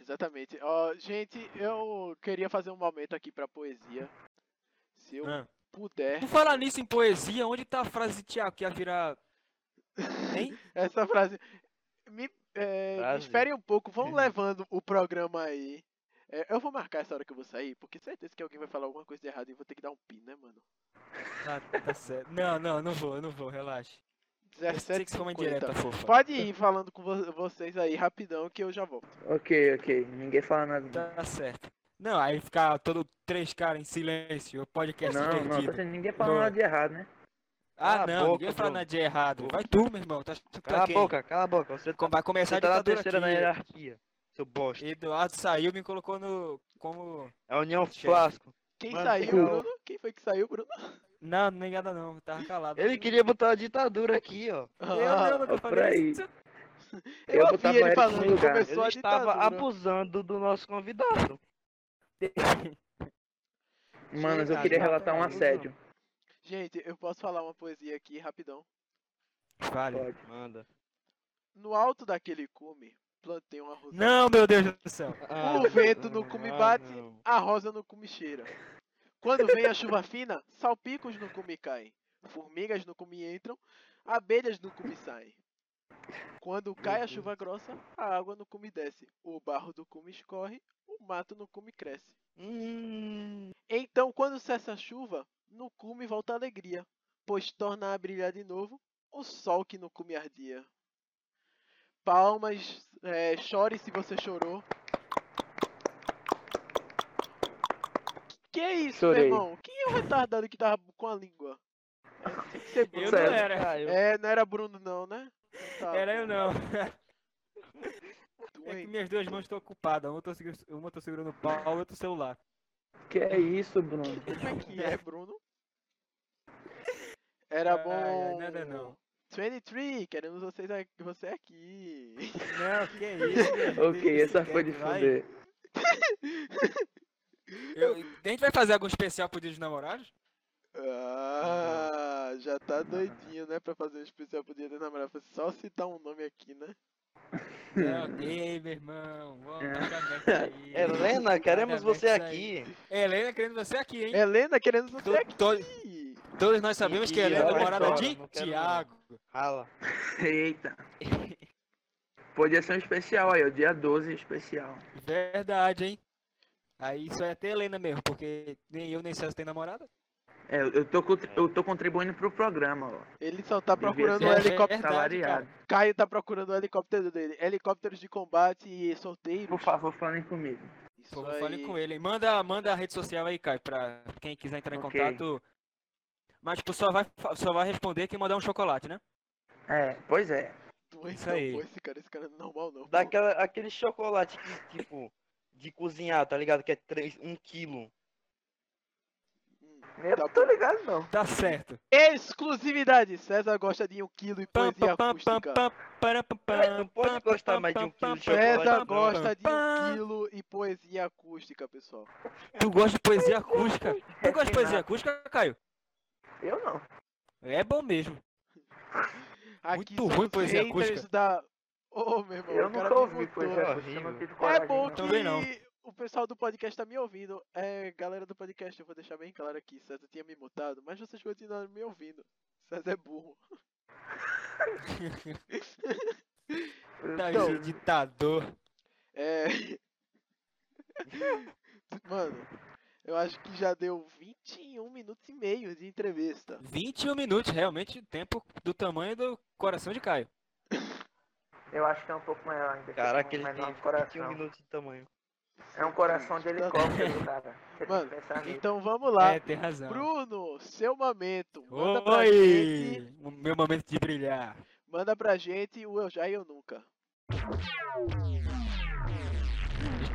Speaker 2: Exatamente. Ó, gente, eu queria fazer um momento aqui pra poesia. Se eu
Speaker 3: Ah.
Speaker 2: puder.
Speaker 3: Por falar nisso em poesia, onde tá a frase de Tiago que ia virar. Hein?
Speaker 2: Essa frase. Me, é, me
Speaker 6: Frase.
Speaker 2: esperem um pouco, vão levando o programa aí. É, eu vou marcar essa hora que eu vou sair, porque certeza que alguém vai falar alguma coisa de errado e eu vou ter que dar um pin, né, mano?
Speaker 3: Ah, tá certo. Não, não, não vou, não vou, relaxa.
Speaker 2: é
Speaker 3: Eu sei que você foi uma
Speaker 2: 17h50.
Speaker 3: indireta, fofa.
Speaker 2: Pode ir falando com vo- vocês aí rapidão que eu já volto.
Speaker 5: Ok, ok. Ninguém fala nada.
Speaker 3: Tá certo. Não, aí ficar todo três caras em silêncio, o podcast
Speaker 5: não, não,
Speaker 3: divertido.
Speaker 5: tô sendo- ninguém fala
Speaker 3: Boa.
Speaker 5: nada de errado, né?
Speaker 3: Ah,
Speaker 6: Cala a
Speaker 3: não,
Speaker 6: boca,
Speaker 3: ninguém fala
Speaker 6: Bruno.
Speaker 3: nada de errado. Vai tu, meu irmão. Tá achando que tu
Speaker 6: Cala
Speaker 3: é
Speaker 6: a
Speaker 3: quem?
Speaker 6: boca, cala a boca. Você tá,
Speaker 3: Com- Vai começar
Speaker 6: você
Speaker 3: a
Speaker 6: tá na
Speaker 3: ditadura
Speaker 6: terceira na
Speaker 3: aqui.
Speaker 6: hierarquia, seu bosta.
Speaker 3: Eduardo saiu e me colocou no. Como.
Speaker 6: É a União
Speaker 3: Chefe.
Speaker 6: Flasco.
Speaker 2: Quem
Speaker 6: Mano,
Speaker 2: saiu,
Speaker 6: eu-
Speaker 2: Bruno? Quem foi que saiu, Bruno?
Speaker 3: Não, não é nada não, eu tava calado.
Speaker 6: Ele queria botar a ditadura aqui, ó.
Speaker 3: Eu não, nunca
Speaker 5: ó, por
Speaker 3: falei
Speaker 5: aí.
Speaker 3: isso.
Speaker 2: Eu
Speaker 5: Eu
Speaker 2: ouvi
Speaker 5: botava
Speaker 2: ele
Speaker 5: Eric no
Speaker 2: falando,
Speaker 5: lugar.
Speaker 2: começou
Speaker 6: Ele
Speaker 2: a
Speaker 6: estava
Speaker 2: ditadura.
Speaker 6: abusando do nosso convidado.
Speaker 5: Manos, eu
Speaker 3: Chega,
Speaker 5: queria
Speaker 3: não,
Speaker 5: relatar um
Speaker 3: não.
Speaker 5: assédio.
Speaker 2: Gente, eu posso falar uma poesia aqui rapidão.
Speaker 3: Vale.
Speaker 5: Pode.
Speaker 6: Manda.
Speaker 2: No alto daquele cume, plantei uma rosa.
Speaker 3: Não, meu Deus do céu.
Speaker 2: O vento no cume bate, a rosa no cume cheira. Quando vem a chuva fina, salpicos no cume caem, formigas no cume entram, abelhas no cume saem. Quando cai a chuva grossa, a água no cume desce, o barro do cume escorre, o mato no cume cresce.
Speaker 6: Hum,
Speaker 2: Então, quando cessa a chuva, no cume volta a alegria, pois torna a brilhar de novo o sol que no cume ardia. Palmas, eh, chore se você chorou. Que é isso,
Speaker 5: Chorei.
Speaker 2: meu irmão? Quem é o retardado que tava com a língua? É, tem que ser Bruno.
Speaker 3: Eu não
Speaker 5: Sério.
Speaker 3: era.
Speaker 6: Caio,
Speaker 2: É, não era Bruno não, né? Tá,
Speaker 3: Era eu não. É que
Speaker 2: doente.
Speaker 3: minhas duas mãos estão ocupadas. Uma eu tô segurando, uma eu tô segurando o pau, a outra o celular.
Speaker 5: Que é isso, Bruno?
Speaker 2: Como é que é, Bruno? Era bom...
Speaker 3: Ai, ai, nada não.
Speaker 2: 23, queremos vocês aqui, você é aqui.
Speaker 3: Não, que isso. meu
Speaker 5: Ok,
Speaker 3: Deus,
Speaker 5: essa
Speaker 3: quer
Speaker 5: foi de
Speaker 3: que vai?
Speaker 5: fuder.
Speaker 3: Eu- A gente vai fazer algum especial pro Dia dos Namorados?
Speaker 2: Ah, já tá doidinho, né? Pra fazer um especial pro Dia dos Namorados. Foi Só citar um nome aqui, né?
Speaker 3: Não, ei, É, meu irmão. Volta pra merda aí.
Speaker 6: É. Helena, queremos
Speaker 3: Nada a ver
Speaker 6: você
Speaker 3: com é isso aí.
Speaker 6: aqui. É.
Speaker 3: Helena querendo você aqui, hein?
Speaker 2: Helena querendo você
Speaker 3: Tô- tô-
Speaker 2: aqui.
Speaker 3: Todos nós sabemos que ela é
Speaker 6: Ih,
Speaker 5: vai
Speaker 3: namorada
Speaker 6: embora,
Speaker 3: de
Speaker 6: não quero não.
Speaker 3: Tiago.
Speaker 6: Rala.
Speaker 5: Eita. Podia ser um especial aí, ó. Dia 12 especial.
Speaker 3: Verdade, hein? Aí isso é até Helena mesmo, porque nem eu nem César tem namorada.
Speaker 5: É, eu- eu tô, contri- eu tô contribuindo pro programa, ó.
Speaker 2: Ele só tá
Speaker 5: Devia
Speaker 2: procurando
Speaker 5: ser
Speaker 2: um
Speaker 3: É
Speaker 2: helicóptero.
Speaker 3: verdade,
Speaker 5: Salariado.
Speaker 3: cara.
Speaker 2: Caio tá procurando o helicóptero dele. Helicópteros de combate e sorteio.
Speaker 5: Por favor, falem comigo.
Speaker 2: Isso
Speaker 3: Pô,
Speaker 2: aí.
Speaker 3: fale com ele, hein? Manda, manda a rede social aí, Caio, pra quem quiser entrar em
Speaker 5: Ok.
Speaker 3: contato. Mas, tipo, só vai, fa- só vai responder quem mandar um chocolate, né?
Speaker 5: É, pois é.
Speaker 2: Não,
Speaker 3: Isso
Speaker 2: não,
Speaker 3: aí.
Speaker 2: pô, esse cara, esse cara não é normal não. pô.
Speaker 6: Dá aquela, aquele chocolate que, tipo, de cozinhar, tá ligado? Que é 3, 1 quilo.
Speaker 2: Hum.
Speaker 5: Eu
Speaker 2: Tá
Speaker 5: não tô ligado, não.
Speaker 3: Tá certo.
Speaker 2: Exclusividade! César gosta de um quilo e
Speaker 3: Pam,
Speaker 2: poesia
Speaker 3: pam, pam, pam,
Speaker 2: acústica.
Speaker 3: pam, para, pam,
Speaker 6: Mas é, não
Speaker 3: pam,
Speaker 6: pode
Speaker 3: pam,
Speaker 6: gostar
Speaker 3: pam,
Speaker 6: mais de
Speaker 3: pam,
Speaker 6: um quilo
Speaker 3: pam,
Speaker 6: de
Speaker 3: pam.
Speaker 6: chocolate,
Speaker 2: César
Speaker 6: não.
Speaker 2: gosta de um
Speaker 3: Pam.
Speaker 2: quilo e poesia acústica, pessoal.
Speaker 3: Tu gosta de poesia acústica? Tu gosta de poesia
Speaker 5: Refinado.
Speaker 3: acústica, Caio?
Speaker 5: Eu não.
Speaker 3: É bom mesmo.
Speaker 2: Aqui
Speaker 3: Muito
Speaker 2: são
Speaker 3: ruim
Speaker 2: os
Speaker 3: poesia
Speaker 2: haters
Speaker 3: acústica.
Speaker 2: da... Ô, meu irmão,
Speaker 5: Eu
Speaker 2: o cara
Speaker 5: nunca
Speaker 2: me
Speaker 5: ouvi
Speaker 2: botou.
Speaker 5: coisa
Speaker 6: horrível.
Speaker 5: assim. Eu não tive
Speaker 2: É
Speaker 5: coragem,
Speaker 2: bom
Speaker 5: não.
Speaker 2: que
Speaker 3: Também não.
Speaker 2: o pessoal do podcast tá me ouvindo. É, galera do podcast, eu vou deixar bem claro aqui. César tinha me mutado, mas vocês continuaram me ouvindo. César é burro.
Speaker 3: Tá,
Speaker 2: Então-
Speaker 3: esse ditador.
Speaker 2: É... Mano, eu acho que já deu 21 minutos e meio de entrevista.
Speaker 3: 21 minutos, realmente, tempo do tamanho do coração de Caio.
Speaker 5: Eu acho que é um pouco maior ainda.
Speaker 6: Caraca,
Speaker 5: é um
Speaker 6: ele tem
Speaker 5: menor
Speaker 6: 21
Speaker 5: coração.
Speaker 6: minutos de tamanho.
Speaker 5: É um coração de helicóptero, né, cara. Você tem
Speaker 2: Tá Mano,
Speaker 5: que pensar nisso.
Speaker 2: Então vamos lá.
Speaker 3: É, tem razão.
Speaker 2: Bruno, seu momento. Manda pra gente.
Speaker 3: Oi! O meu momento de brilhar.
Speaker 2: Manda pra gente o Eu Já e Eu Nunca.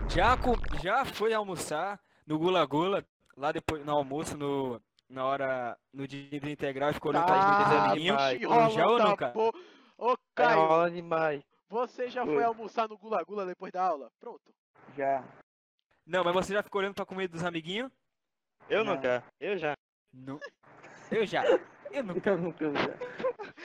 Speaker 3: Já, co- já foi almoçar no Gula Gula, lá depois no almoço, no, na hora, no dia do integral, ficou olhando pra
Speaker 2: Tá,
Speaker 3: gente desenhinho.
Speaker 6: vai.
Speaker 3: Eu já é ou
Speaker 2: enrolando a
Speaker 3: nunca?
Speaker 2: po-
Speaker 5: É,
Speaker 2: Ô,
Speaker 6: Tá
Speaker 2: Caio,
Speaker 6: enrolando demais.
Speaker 2: você já foi
Speaker 5: Oi.
Speaker 2: almoçar no Gula Gula depois da aula? Pronto.
Speaker 5: Já.
Speaker 3: Não, mas você já ficou olhando pra comida dos amiguinhos?
Speaker 6: Eu
Speaker 5: Não.
Speaker 6: nunca, eu já.
Speaker 3: Não. Eu já. Eu nunca.
Speaker 5: Eu nunca vi.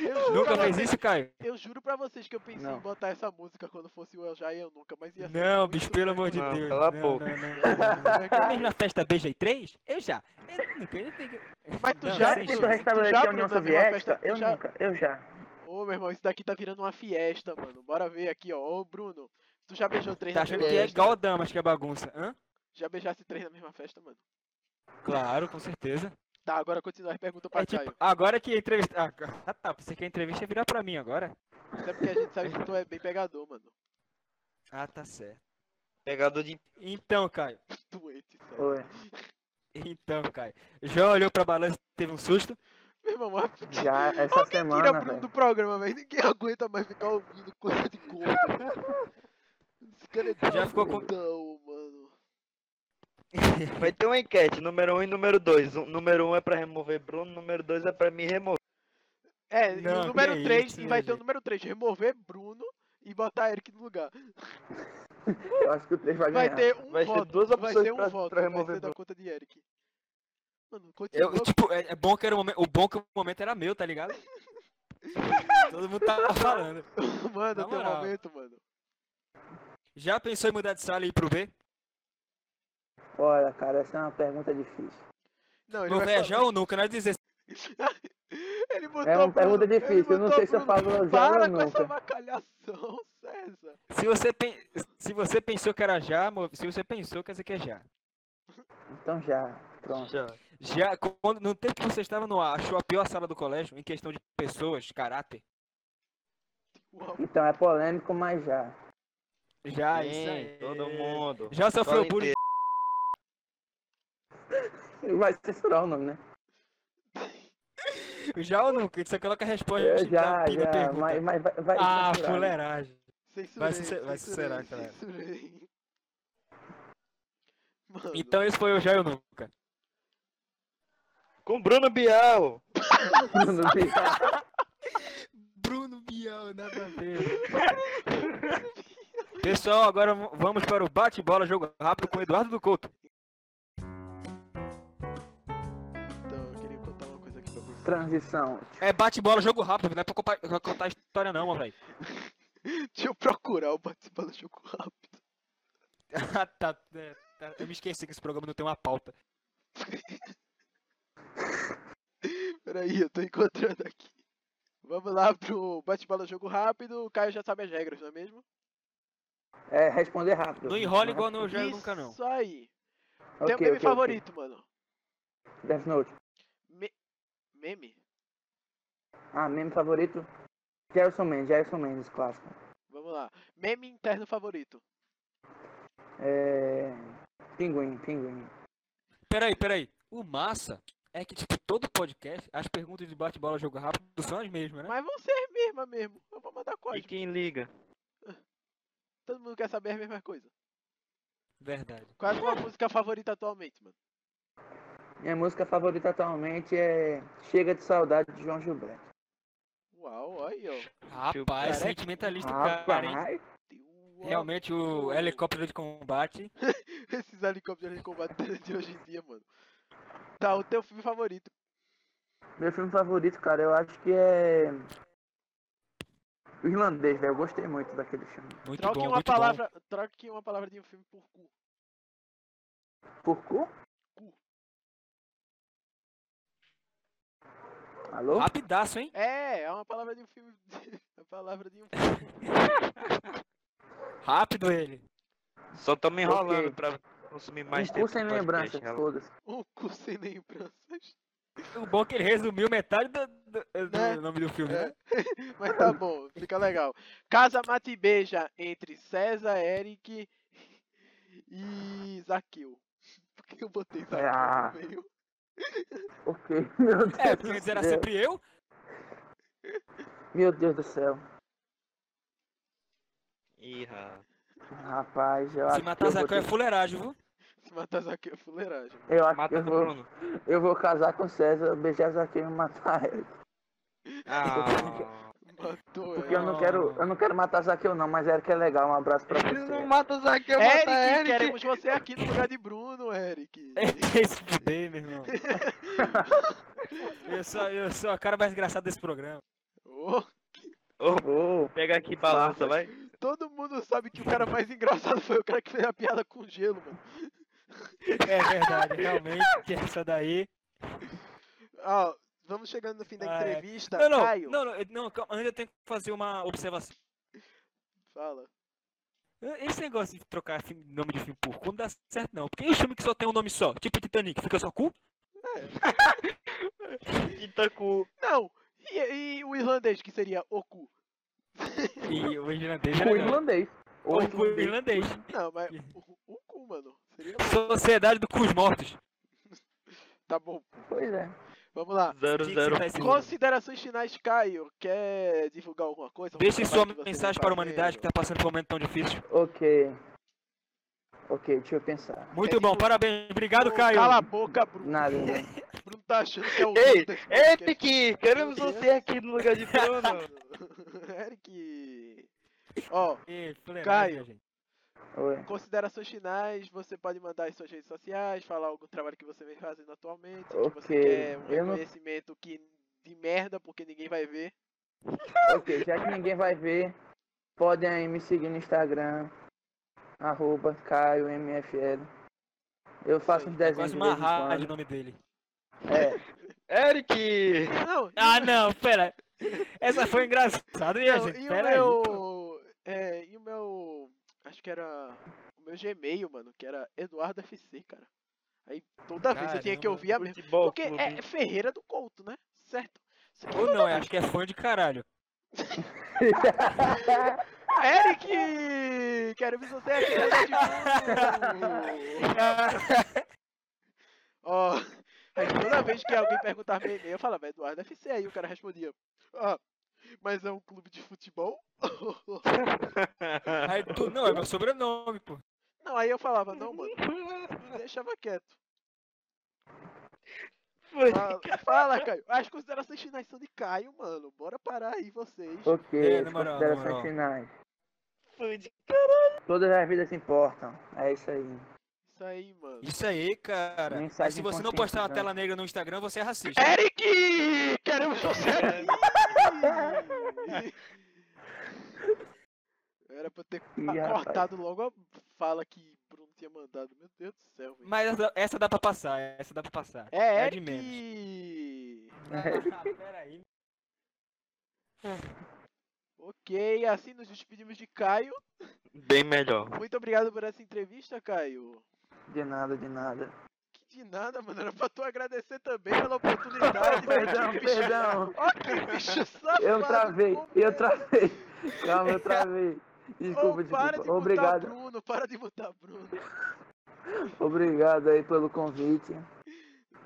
Speaker 2: Eu juro
Speaker 3: Nunca
Speaker 2: pra
Speaker 3: fez
Speaker 2: vocês-
Speaker 3: isso, Caio?
Speaker 2: Eu juro pra vocês que eu pensei
Speaker 5: Não.
Speaker 2: em botar essa música quando fosse o Eu Já e Eu Nunca, mas ia ser
Speaker 3: Não,
Speaker 2: muito
Speaker 3: bicho, pelo amor de
Speaker 6: Não,
Speaker 3: Deus.
Speaker 6: cala a
Speaker 3: Não,
Speaker 6: boca.
Speaker 3: não, não, não, não. Mesmo na festa BJ3? Eu já. Eu nunca. Eu nunca.
Speaker 2: Mas tu
Speaker 3: Não,
Speaker 2: já,
Speaker 3: sim,
Speaker 2: Bruno,
Speaker 5: Isso
Speaker 3: já,
Speaker 5: restabelecer a União
Speaker 2: Bruno, teve uma
Speaker 5: Soviética?
Speaker 2: festa-
Speaker 5: Eu
Speaker 2: já-
Speaker 5: nunca. Eu já.
Speaker 2: Ô, meu irmão, isso daqui tá virando uma fiesta, mano. Bora ver aqui, ó. Ô, Bruno, tu já beijou três
Speaker 3: Tá
Speaker 2: na
Speaker 3: achando
Speaker 2: mesma
Speaker 3: que é
Speaker 2: festa?
Speaker 3: igual damas que é bagunça? Hã?
Speaker 2: Já beijasse três na mesma festa, mano.
Speaker 3: Claro, com certeza.
Speaker 2: Tá, agora continua as perguntas pra
Speaker 3: É tipo,
Speaker 2: Caio.
Speaker 3: agora que a entrevista. Ah, ca- Ah, tá. Pensei que a entrevista ia virar pra mim agora.
Speaker 2: Até porque a gente sabe que tu é bem pegador, mano.
Speaker 3: Ah, tá certo.
Speaker 6: Pegador de
Speaker 3: Então, Caio.
Speaker 2: Doente, sério.
Speaker 5: Oi.
Speaker 3: Então, Caio. João olhou pra balança e teve um susto.
Speaker 2: Meu irmão, mas
Speaker 5: Já essa
Speaker 2: tira
Speaker 5: semana,
Speaker 2: Bruno
Speaker 5: velho.
Speaker 2: do programa, velho. Ninguém aguenta mais ficar ouvindo coisa de gordo. Esse cara é
Speaker 3: Já ficou com-
Speaker 2: gordão, mano.
Speaker 6: Vai ter uma enquete, número 1 um e número 2. Número 1 um é pra remover Bruno, número 2 é pra me remover.
Speaker 2: É, e
Speaker 3: Não,
Speaker 2: o
Speaker 3: que
Speaker 2: número
Speaker 3: é
Speaker 2: 3,
Speaker 3: isso,
Speaker 2: e
Speaker 3: né,
Speaker 2: vai ter o
Speaker 3: gente?
Speaker 2: número 3, remover Bruno e botar Eric no lugar.
Speaker 5: Eu acho que o 3 vai ganhar.
Speaker 2: Vai ter um
Speaker 6: Vai ter
Speaker 2: voto,
Speaker 6: duas
Speaker 2: vai
Speaker 6: opções
Speaker 2: ter um
Speaker 6: pra-
Speaker 2: voto,
Speaker 6: pra
Speaker 2: vai
Speaker 6: remover
Speaker 2: ser da
Speaker 6: Bruno.
Speaker 2: conta de Eric. Mano, continua.
Speaker 3: Eu, tipo, é, é bom que era o momento. O bom que o momento era meu, tá ligado? Todo mundo tava falando.
Speaker 2: mano,
Speaker 3: na
Speaker 2: teu
Speaker 3: moral.
Speaker 2: momento, mano.
Speaker 3: Já pensou em mudar de sala e ir pro B?
Speaker 2: um-
Speaker 5: Olha, cara, essa é uma pergunta difícil.
Speaker 2: Não, ele
Speaker 3: No
Speaker 2: vai
Speaker 3: véia,
Speaker 2: falar-
Speaker 3: já ou nunca? Nós dizer.
Speaker 2: Ele botou
Speaker 5: É uma
Speaker 2: Bruno-
Speaker 5: pergunta
Speaker 2: ele
Speaker 5: difícil, eu não
Speaker 2: botou
Speaker 5: sei se eu
Speaker 2: Bruno.
Speaker 5: falo já
Speaker 2: Para
Speaker 5: ou
Speaker 2: com essa
Speaker 5: nunca.
Speaker 2: vacalhação, César.
Speaker 3: Se você, pen- se você pensou que era já, mo- se você pensou, quer dizer que é já.
Speaker 5: Então já, pronto.
Speaker 6: Já.
Speaker 3: Já, quando, no tempo que você estava no ar, achou a pior sala do colégio, em questão de pessoas, caráter?
Speaker 2: Uau,
Speaker 5: Então é polêmico, mas já.
Speaker 3: Já, isso
Speaker 6: Sim,
Speaker 3: aí.
Speaker 6: todo mundo.
Speaker 3: Já
Speaker 6: Fala
Speaker 3: sofreu bullying?
Speaker 6: inteiro.
Speaker 5: Ele vai censurar o nome, né?
Speaker 3: Já ou nunca? Você coloca a resposta
Speaker 5: É,
Speaker 3: da-
Speaker 5: já,
Speaker 3: da
Speaker 5: já,
Speaker 3: pergunta.
Speaker 5: mas, mas vai, vai
Speaker 3: Ah,
Speaker 5: censurar, né?
Speaker 3: fuleiragem.
Speaker 2: censurei,
Speaker 3: ser- vai ser
Speaker 2: censurei,
Speaker 3: será, cara.
Speaker 2: censurei. Mano,
Speaker 3: Então esse foi o já ou nunca.
Speaker 6: Com Bruno Bial.
Speaker 5: Bruno Bial.
Speaker 3: Bruno Bial, nada a ver. Pessoal, agora v- vamos para o bate-bola, jogo rápido com o Eduardo do Couto.
Speaker 2: então, eu queria contar uma coisa aqui pra vocês.
Speaker 5: Transição.
Speaker 3: É bate-bola, jogo rápido, não é pra compa- pra contar história não, velho.
Speaker 2: Deixa eu procurar o participar do jogo rápido.
Speaker 3: Ah, tá, é, tá. Eu me esqueci que esse programa não tem uma pauta.
Speaker 2: Peraí, eu tô encontrando aqui. Vamos lá pro bate-bola jogo rápido. O Caio já sabe as regras, não é mesmo?
Speaker 5: É, responder rápido.
Speaker 3: Não enrola igual no jogo
Speaker 2: Isso
Speaker 3: nunca não.
Speaker 2: aí. Tem
Speaker 5: Ok,
Speaker 2: um meme
Speaker 5: ok, ok.
Speaker 2: favorito, mano.
Speaker 5: Death Note.
Speaker 2: Meme?
Speaker 5: Ah, meme favorito? Jason Mendes, Jason Mendes, clássico.
Speaker 2: Vamos lá. Meme interno favorito.
Speaker 5: É... Pinguim, pinguim.
Speaker 3: Peraí, peraí. O massa é que, tipo, todo podcast, as perguntas de bate-bola jogo rápido são as mesmas, né?
Speaker 2: Mas vão ser as mesmas mesmo. Eu vou mandar
Speaker 6: E
Speaker 2: código.
Speaker 6: quem liga?
Speaker 2: Todo mundo quer saber a mesma coisa.
Speaker 3: Verdade.
Speaker 2: Qual é a tua música favorita atualmente, mano?
Speaker 5: Minha música favorita atualmente é Chega de Saudade de João Gilberto.
Speaker 2: Uau, olha aí, ó.
Speaker 3: Rapaz,
Speaker 6: Cara,
Speaker 3: sentimentalista, cara, hein?
Speaker 5: Ah, Rapaz,
Speaker 2: Uau.
Speaker 3: Realmente o helicóptero de combate.
Speaker 2: Esses helicópteros de combate de hoje em dia, mano. Tá, o teu filme favorito.
Speaker 5: meu filme favorito, cara, eu acho que é. O Irlandês, velho. Eu gostei muito daquele filme.
Speaker 3: Muito
Speaker 2: Troque
Speaker 3: bom,
Speaker 2: uma
Speaker 3: muito bom.
Speaker 2: palavra. Troque uma palavra de um filme por cu.
Speaker 5: Por cu?
Speaker 2: Cu.
Speaker 5: Alô?
Speaker 3: Rapidaço, hein?
Speaker 2: É, é uma palavra de um filme. a palavra de um filme.
Speaker 3: Rápido ele.
Speaker 6: Só tô me enrolando
Speaker 5: Ok.
Speaker 6: pra consumir mais
Speaker 5: Um
Speaker 6: tempo.
Speaker 5: cu sem
Speaker 6: de podcast,
Speaker 5: lembrança,
Speaker 3: né?
Speaker 6: ela-
Speaker 5: foda-se.
Speaker 2: Um cu sem lembranças.
Speaker 3: O bom é que ele resumiu metade do, do- do
Speaker 2: Né?
Speaker 3: nome do filme,
Speaker 2: É.
Speaker 3: né?
Speaker 2: Mas tá bom, fica legal. Casa Mate e Beija entre César, Eric e Zaqueu. Por que eu botei Zaqueu
Speaker 5: Ah.
Speaker 2: no meio?
Speaker 5: Ok, meu Deus.
Speaker 3: É, porque antes era
Speaker 5: do céu.
Speaker 3: sempre eu.
Speaker 5: Meu Deus do céu.
Speaker 6: Ih, rapaz.
Speaker 5: Rapaz, eu acho
Speaker 3: Se matar
Speaker 5: que Ah, eu vou
Speaker 3: Zacão é
Speaker 5: ter-
Speaker 3: fuleiragem, viu?
Speaker 2: Se matar Zaqueu é fuleiragem.
Speaker 5: eu acho que
Speaker 6: Mata
Speaker 5: eu
Speaker 6: o
Speaker 5: vou,
Speaker 6: Bruno.
Speaker 5: eu vou casar com César, beijar Zaqueu e matar ele.
Speaker 6: Ah,
Speaker 2: Matou
Speaker 5: Porque eu
Speaker 2: ela.
Speaker 5: não quero, eu não quero matar Zaqueu não, mas Eric é legal. Um abraço pra
Speaker 6: ele não
Speaker 5: você.
Speaker 6: mata o Zaqueu, mata
Speaker 2: Eric,
Speaker 6: Eric.
Speaker 2: queremos você aqui no lugar de Bruno, Eric.
Speaker 3: Esse fuder, meu irmão. Eu sou, eu sou a cara mais engraçada desse programa.
Speaker 2: Ô,
Speaker 5: Oh,
Speaker 6: Pega aqui, balança, vai.
Speaker 2: todo mundo sabe que o cara mais engraçado foi o cara que fez a piada com gelo, mano.
Speaker 3: É verdade, realmente, essa daí.
Speaker 2: Ó, vamos chegando no fim da
Speaker 3: Ah, é.
Speaker 2: entrevista.
Speaker 3: Não,
Speaker 2: Tá, Caio,
Speaker 3: não, não, não, eu- não, calma, antes eu tenho que fazer uma observação.
Speaker 2: fala.
Speaker 3: Eh, Esse negócio de trocar fi- nome de filme por cu não dá certo, não. Porque e o filme que só tem um nome só? Tipo Titanic, fica só cu?
Speaker 6: Itacu.
Speaker 2: Não, e, e o irlandês que seria Oku?
Speaker 3: E o irlandês é
Speaker 5: o
Speaker 3: legal.
Speaker 5: irlandês.
Speaker 3: Ou
Speaker 5: O
Speaker 3: o
Speaker 5: irlandês.
Speaker 3: irlandês.
Speaker 2: Não, mas o, o cu, mano. Seria.
Speaker 3: Sociedade do Cus Mortos.
Speaker 2: Tá bom,
Speaker 5: Pois é.
Speaker 2: vamos lá.
Speaker 6: Zero,
Speaker 3: Tinha que
Speaker 6: zero.
Speaker 3: citar esse nome.
Speaker 2: Considerações finais, Caio. Quer divulgar alguma coisa?
Speaker 3: Deixe
Speaker 2: Algum
Speaker 3: sua
Speaker 2: trabalho que você tá
Speaker 3: mensagem
Speaker 2: vem
Speaker 3: para a humanidade que
Speaker 2: fazendo?
Speaker 3: está passando por um momento tão difícil.
Speaker 5: Ok. Ok, deixa eu pensar.
Speaker 3: Muito bom, parabéns. Obrigado,
Speaker 2: Ô,
Speaker 3: Caio.
Speaker 2: Cala a boca, Bruno.
Speaker 5: Nada, né?
Speaker 2: Bruno tá achando que é o.
Speaker 6: Ei,
Speaker 2: dono desse podcast.
Speaker 6: Epic! Queremos você aqui no lugar de Bruno.
Speaker 2: Eric. Ó,
Speaker 3: Ih, fuleiragem,
Speaker 2: Caio.
Speaker 3: gente.
Speaker 5: Oi.
Speaker 2: considerações finais. Você pode mandar as suas redes sociais, falar algum trabalho que você vem fazendo atualmente. Que você
Speaker 5: Ok,
Speaker 2: quer um
Speaker 5: eu não-
Speaker 2: reconhecimento que de merda, porque ninguém vai ver.
Speaker 5: Ok, já que ninguém vai ver, podem aí me seguir no Instagram, arroba CaioMFL. Eu faço uns
Speaker 3: É quase
Speaker 5: desenhos de
Speaker 3: uma
Speaker 5: vez em
Speaker 3: rádio o
Speaker 5: quando.
Speaker 3: nome dele.
Speaker 5: É,
Speaker 6: Eric!
Speaker 2: Não,
Speaker 3: Ah, não, pera. Essa foi engraçada, hein,
Speaker 2: Não,
Speaker 3: gente?
Speaker 2: e
Speaker 3: Pera aí.
Speaker 2: o meu. É, e o meu. Acho que era. O meu Gmail, mano, que era Eduardo FC, cara. Aí toda vez eu tinha que
Speaker 3: Caramba.
Speaker 2: ouvir a mesma.
Speaker 6: Futebol,
Speaker 2: Porque
Speaker 6: clube.
Speaker 2: é Ferreira do Couto, né? Certo? Só que
Speaker 3: Ou não, eu acho que é fã de caralho.
Speaker 2: Eric! Quero ver você aqui no Ó, aí toda vez que alguém perguntava meu e-mail, eu falava Eduardo FC, aí o cara respondia, ah, mas é um clube de futebol?
Speaker 3: Aí tu- não, é meu sobrenome, pô.
Speaker 2: Não, aí eu falava, não, mano, deixava quieto.
Speaker 6: Foi.
Speaker 2: Fala, fala, Caio. As considerações finais são de Caio, mano. Bora parar aí vocês.
Speaker 5: ok,
Speaker 3: É,
Speaker 5: as
Speaker 3: na moral, na
Speaker 5: considerações
Speaker 3: moral.
Speaker 5: finais.
Speaker 6: Foi de-
Speaker 5: Todas as vidas importam. É isso aí.
Speaker 2: Isso aí, mano.
Speaker 3: Isso aí, cara.
Speaker 5: Mensagem
Speaker 3: Mas se você não postar uma
Speaker 5: conscientizante.
Speaker 3: tela negra no Instagram, você é racista.
Speaker 2: Eric! Queremos você aqui! Era pra eu ter
Speaker 5: Ih, rapaz.
Speaker 2: Tá cortado logo a fala que Bruno tinha mandado. Meu Deus do céu, velho.
Speaker 3: Mas essa- essa dá pra passar, essa dá pra passar.
Speaker 2: É,
Speaker 3: é
Speaker 2: é
Speaker 3: de Ah, peraí.
Speaker 2: Ok, assim nos despedimos de Caio.
Speaker 6: Bem melhor.
Speaker 2: Muito obrigado por essa entrevista, Caio.
Speaker 5: De nada, de nada.
Speaker 2: Que de nada, mano. Era pra tu agradecer também pela oportunidade.
Speaker 5: Perdão, perdão.
Speaker 2: Ok, bicho safado.
Speaker 5: Eu travei, eu
Speaker 2: completo.
Speaker 5: travei. Calma, eu travei.
Speaker 2: Ô,
Speaker 5: Desculpa,
Speaker 2: Oh, para de
Speaker 5: desculpa. Obrigado,
Speaker 2: mutar Bruno, para de mutar Bruno.
Speaker 5: obrigado aí pelo convite. Eu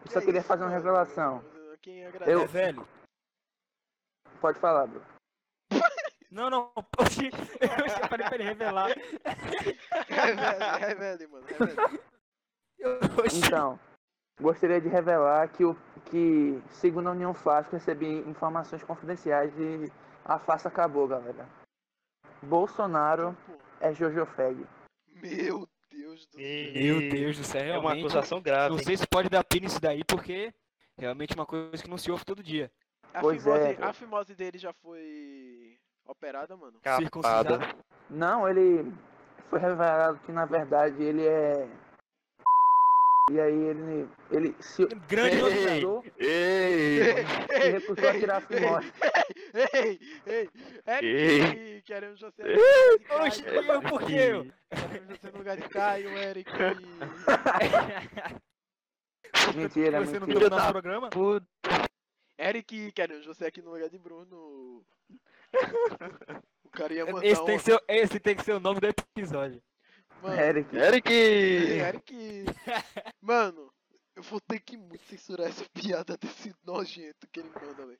Speaker 5: só
Speaker 2: Que é
Speaker 5: queria
Speaker 2: isso,
Speaker 5: fazer uma
Speaker 2: mano.
Speaker 5: revelação.
Speaker 2: Quem agradece.
Speaker 5: Eu-
Speaker 3: É velho.
Speaker 5: Pode falar, Bruno.
Speaker 3: Não, não, poxa, eu falei pra ele revelar.
Speaker 2: É velho, é velho, mano. É velho.
Speaker 3: Oxi.
Speaker 5: Então, gostaria de revelar que, o, que segundo a União Flasco, recebi informações confidenciais de a Flasco acabou, galera. Bolsonaro
Speaker 2: Então, Pô,
Speaker 5: é Jojo Feg.
Speaker 2: Meu Deus do céu.
Speaker 6: E-
Speaker 3: Meu Deus do céu,
Speaker 6: É uma
Speaker 3: realmente.
Speaker 6: acusação grave.
Speaker 3: Não sei se pode dar pino isso daí, porque realmente é uma coisa que não se ouve todo dia.
Speaker 2: A
Speaker 5: Pois é,
Speaker 2: fimose,
Speaker 5: velho.
Speaker 2: a fimose dele já foi operada, mano.
Speaker 6: Capada.
Speaker 3: Circuncisado.
Speaker 5: Não, ele foi revelado que na verdade ele é. E aí ele, ele se
Speaker 3: Grande
Speaker 5: ele
Speaker 3: novidade.
Speaker 5: recusou-
Speaker 6: Ei!
Speaker 5: se recusou a tirar a fimose.
Speaker 2: Ei, ei, Eric, queremos você no lugar de
Speaker 3: Oxi,
Speaker 2: Caio.
Speaker 3: eu, por que eu?
Speaker 2: Queremos você no lugar de Caio, Eric.
Speaker 5: Mentira,
Speaker 3: Você não
Speaker 5: mentira.
Speaker 3: viu o nosso programa?
Speaker 6: Puta.
Speaker 2: Eric, queremos você aqui no lugar de Bruno. O cara ia mandar
Speaker 3: Esse
Speaker 2: um...
Speaker 3: tem, que ser, o- esse tem que ser o nome do episódio.
Speaker 2: Mano,
Speaker 5: Eric,
Speaker 6: Eric!
Speaker 2: Eric... Mano, eu vou ter que muito censurar essa piada desse nojento que ele manda, velho.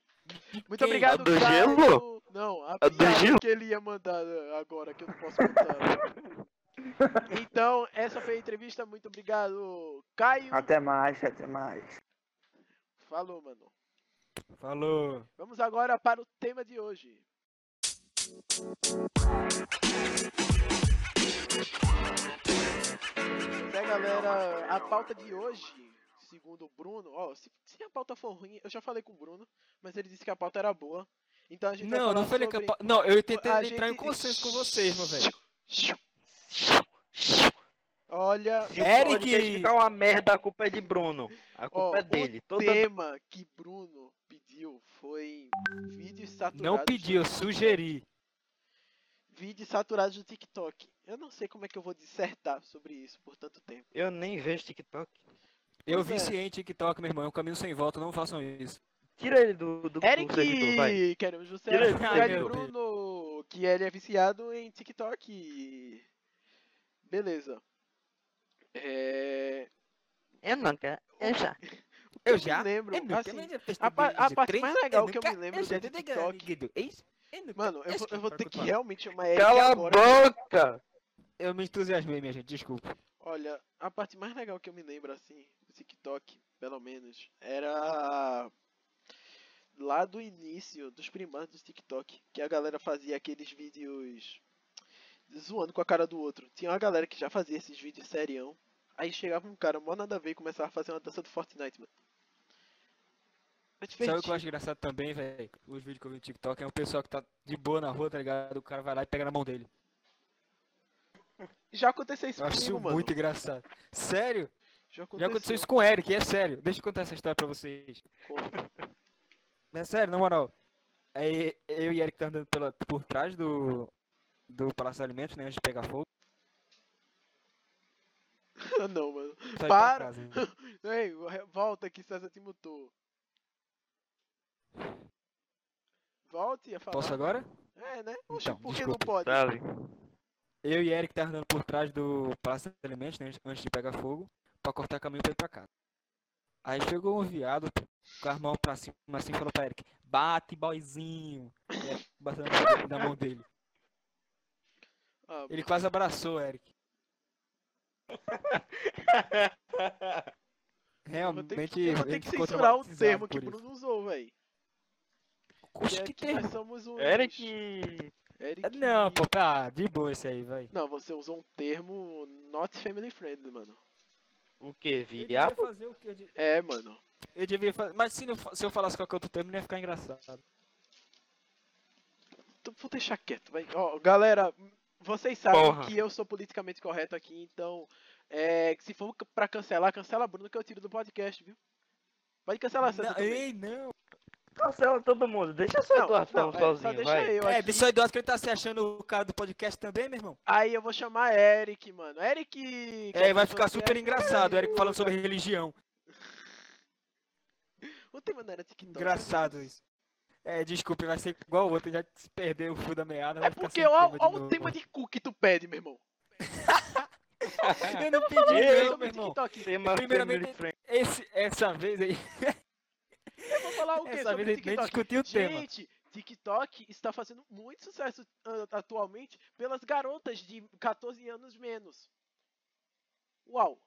Speaker 2: Muito
Speaker 3: Quem?
Speaker 2: obrigado,
Speaker 6: A do
Speaker 2: Caio.
Speaker 6: gelo?
Speaker 2: Não, a,
Speaker 6: A do
Speaker 2: piada
Speaker 6: gelo?
Speaker 2: que ele ia mandar agora, que eu não posso contar. então, essa foi a entrevista. Muito obrigado, Caio.
Speaker 5: até mais, até mais.
Speaker 2: Falou, mano.
Speaker 3: Falou.
Speaker 2: Vamos agora para o tema de hoje. Pois é, galera, a pauta de hoje, segundo o Bruno, ó, se, se a pauta for ruim, eu já falei com o Bruno, mas ele disse que a pauta era boa. Então a gente vai
Speaker 3: Não,
Speaker 2: falar
Speaker 3: não falei
Speaker 2: sobre...
Speaker 3: que eu... pa- Não, eu tentei
Speaker 2: A
Speaker 3: entrar em
Speaker 2: gente-
Speaker 3: consenso com vocês, meu velho.
Speaker 2: Olha,
Speaker 3: Eric!
Speaker 6: Eric! Tá uma merda, a culpa é de Bruno. A
Speaker 2: Ó,
Speaker 6: culpa é dele.
Speaker 2: o
Speaker 6: Toda...
Speaker 2: tema que Bruno pediu foi vídeos saturados.
Speaker 3: Não pedi, eu
Speaker 2: do-
Speaker 3: sugeri.
Speaker 2: Vídeos saturados do TikTok. Eu não sei como é que eu vou dissertar sobre isso por tanto tempo.
Speaker 6: Eu nem vejo TikTok.
Speaker 3: Eu
Speaker 2: Pois é.
Speaker 3: viciei em TikTok, meu irmão. É um caminho sem volta, não façam isso.
Speaker 6: Tira ele do, do, do servidor, vai.
Speaker 2: Eric! Queremos você
Speaker 6: Tira ele do
Speaker 2: Obrigado,
Speaker 3: servidor.
Speaker 2: Bruno, que ele é viciado em TikTok. Beleza. É...
Speaker 6: Eu nunca. Eu já.
Speaker 2: o que
Speaker 3: Eu já?
Speaker 2: Me lembro,
Speaker 3: É, meu,
Speaker 2: assim,
Speaker 3: também já fiz
Speaker 2: a pa- a
Speaker 3: vídeo,
Speaker 2: parte
Speaker 3: três É
Speaker 2: mais legal
Speaker 3: anos,
Speaker 2: que eu
Speaker 3: cara,
Speaker 2: me lembro
Speaker 3: já
Speaker 2: do
Speaker 3: te
Speaker 2: TikTok.
Speaker 3: garanto, é isso? É, não-
Speaker 2: mano, eu
Speaker 3: Esse
Speaker 2: vou,
Speaker 3: que
Speaker 2: eu
Speaker 3: me
Speaker 2: vou ter que
Speaker 3: preocupa.
Speaker 2: realmente chamar Eric
Speaker 6: Cala a
Speaker 2: agora.
Speaker 6: boca!
Speaker 3: Eu me entusiasmei, minha gente, desculpa.
Speaker 2: Olha, a parte mais legal que eu me lembro, assim, do TikTok, pelo menos, era lá do início, dos primários do TikTok, que a galera fazia aqueles vídeos zoando com a cara do outro. Tinha uma galera que já fazia esses vídeos serião. Aí chegava um cara, mó nada a ver, e começava a fazer uma dança do Fortnite, mano. É
Speaker 3: Sabe o que eu
Speaker 2: divertido.
Speaker 3: acho engraçado também, velho? Os vídeos que eu vi no TikTok é um pessoal que tá de boa na rua, tá ligado? O cara vai lá e pega na mão dele.
Speaker 2: Já aconteceu isso
Speaker 3: Eu acho isso
Speaker 2: comigo, mano.
Speaker 3: muito engraçado. Sério?
Speaker 2: Já aconteceu,
Speaker 3: Já aconteceu isso com o Eric, é sério. Deixa eu contar essa história pra vocês.
Speaker 2: com-
Speaker 3: É sério, na moral. Aí eu e Eric tá andando pela, por trás do, do Palácio de Alimentos, né? Antes de pegar fogo.
Speaker 2: Não, mano.
Speaker 3: Sai pra
Speaker 2: Para!
Speaker 3: casa, né?
Speaker 2: Ei, volta que César te mutou. Volte a falar.
Speaker 3: Posso agora?
Speaker 2: É, né? Oxe,
Speaker 3: Então,
Speaker 2: por que não
Speaker 3: desculpa.
Speaker 2: pode?
Speaker 6: Sabe?
Speaker 3: Eu e Eric tá andando por trás do Palácio de Alimentos, né, antes de pegar fogo, pra cortar caminho pra ir pra casa. Aí chegou um viado com as mãos pra cima assim e falou pra Eric, bate boyzinho. E Eric batendo na mão dele- na mão dele.
Speaker 2: Ah,
Speaker 3: Ele quase abraçou Eric.
Speaker 2: eu vou ter que-
Speaker 3: Realmente,
Speaker 2: eu vou
Speaker 3: a
Speaker 2: ter
Speaker 3: gente
Speaker 2: que
Speaker 3: ficou
Speaker 2: censurar um
Speaker 3: traumatizado
Speaker 2: termo que
Speaker 3: por
Speaker 2: o
Speaker 3: isso.
Speaker 2: Bruno usou, velho.
Speaker 3: Oxe, que termo?
Speaker 2: Nós somos um.
Speaker 6: Eric!
Speaker 2: Eric.
Speaker 3: Não, pô, tá, de boa esse aí, vai.
Speaker 2: Não, você usou um termo not family friendly, mano.
Speaker 6: O que, viado?
Speaker 3: fazer o que eu,
Speaker 2: É, mano.
Speaker 3: devia fazer. Mas se, não fa- se eu falasse qualquer outro termo, não ia ficar engraçado.
Speaker 2: Então, vou deixar quieto, vai. Ó, galera, Vocês sabem
Speaker 6: Porra.
Speaker 2: que eu sou politicamente correto aqui, então. É, se for pra cancelar, cancela a Bruno que eu tiro do podcast, viu? Pode cancelar Santa
Speaker 3: Não,
Speaker 2: também.
Speaker 3: ei, não.
Speaker 6: Cancela todo mundo, deixa só
Speaker 2: Não,
Speaker 6: o Arthur
Speaker 2: não, é, só
Speaker 6: sozinho,
Speaker 2: deixa
Speaker 6: vai.
Speaker 2: eu
Speaker 3: É,
Speaker 2: aqui.
Speaker 3: bicho idoso que ele tá se achando o cara do podcast também, meu irmão.
Speaker 2: Aí eu vou chamar Eric, mano. Eric!
Speaker 3: É, vai
Speaker 2: você
Speaker 3: ficar super engraçado, o Eric falando sobre religião.
Speaker 2: O tema não era TikTok.
Speaker 3: Engraçado isso. É, desculpe, vai ser igual o outro, já se perdeu o fio da meada.
Speaker 2: É
Speaker 3: vai ficar
Speaker 2: porque
Speaker 3: sem
Speaker 2: ó,
Speaker 3: de
Speaker 2: ó o
Speaker 3: novo.
Speaker 2: tema de cu que tu pede, meu irmão.
Speaker 3: Eu não pedi,
Speaker 6: Eu
Speaker 3: não,
Speaker 2: sobre
Speaker 3: meu irmão.
Speaker 2: TikTok.
Speaker 6: Tema
Speaker 3: Primeiramente-
Speaker 6: family friend.
Speaker 3: Esse, essa vez aí,
Speaker 2: Eu vou falar o quê
Speaker 3: essa
Speaker 2: sobre
Speaker 3: vez a gente nem
Speaker 2: TikTok?
Speaker 3: discutiu o tema.
Speaker 2: Gente, TikTok está fazendo muito sucesso ah, atualmente pelas garotas de 14 anos menos. Uau!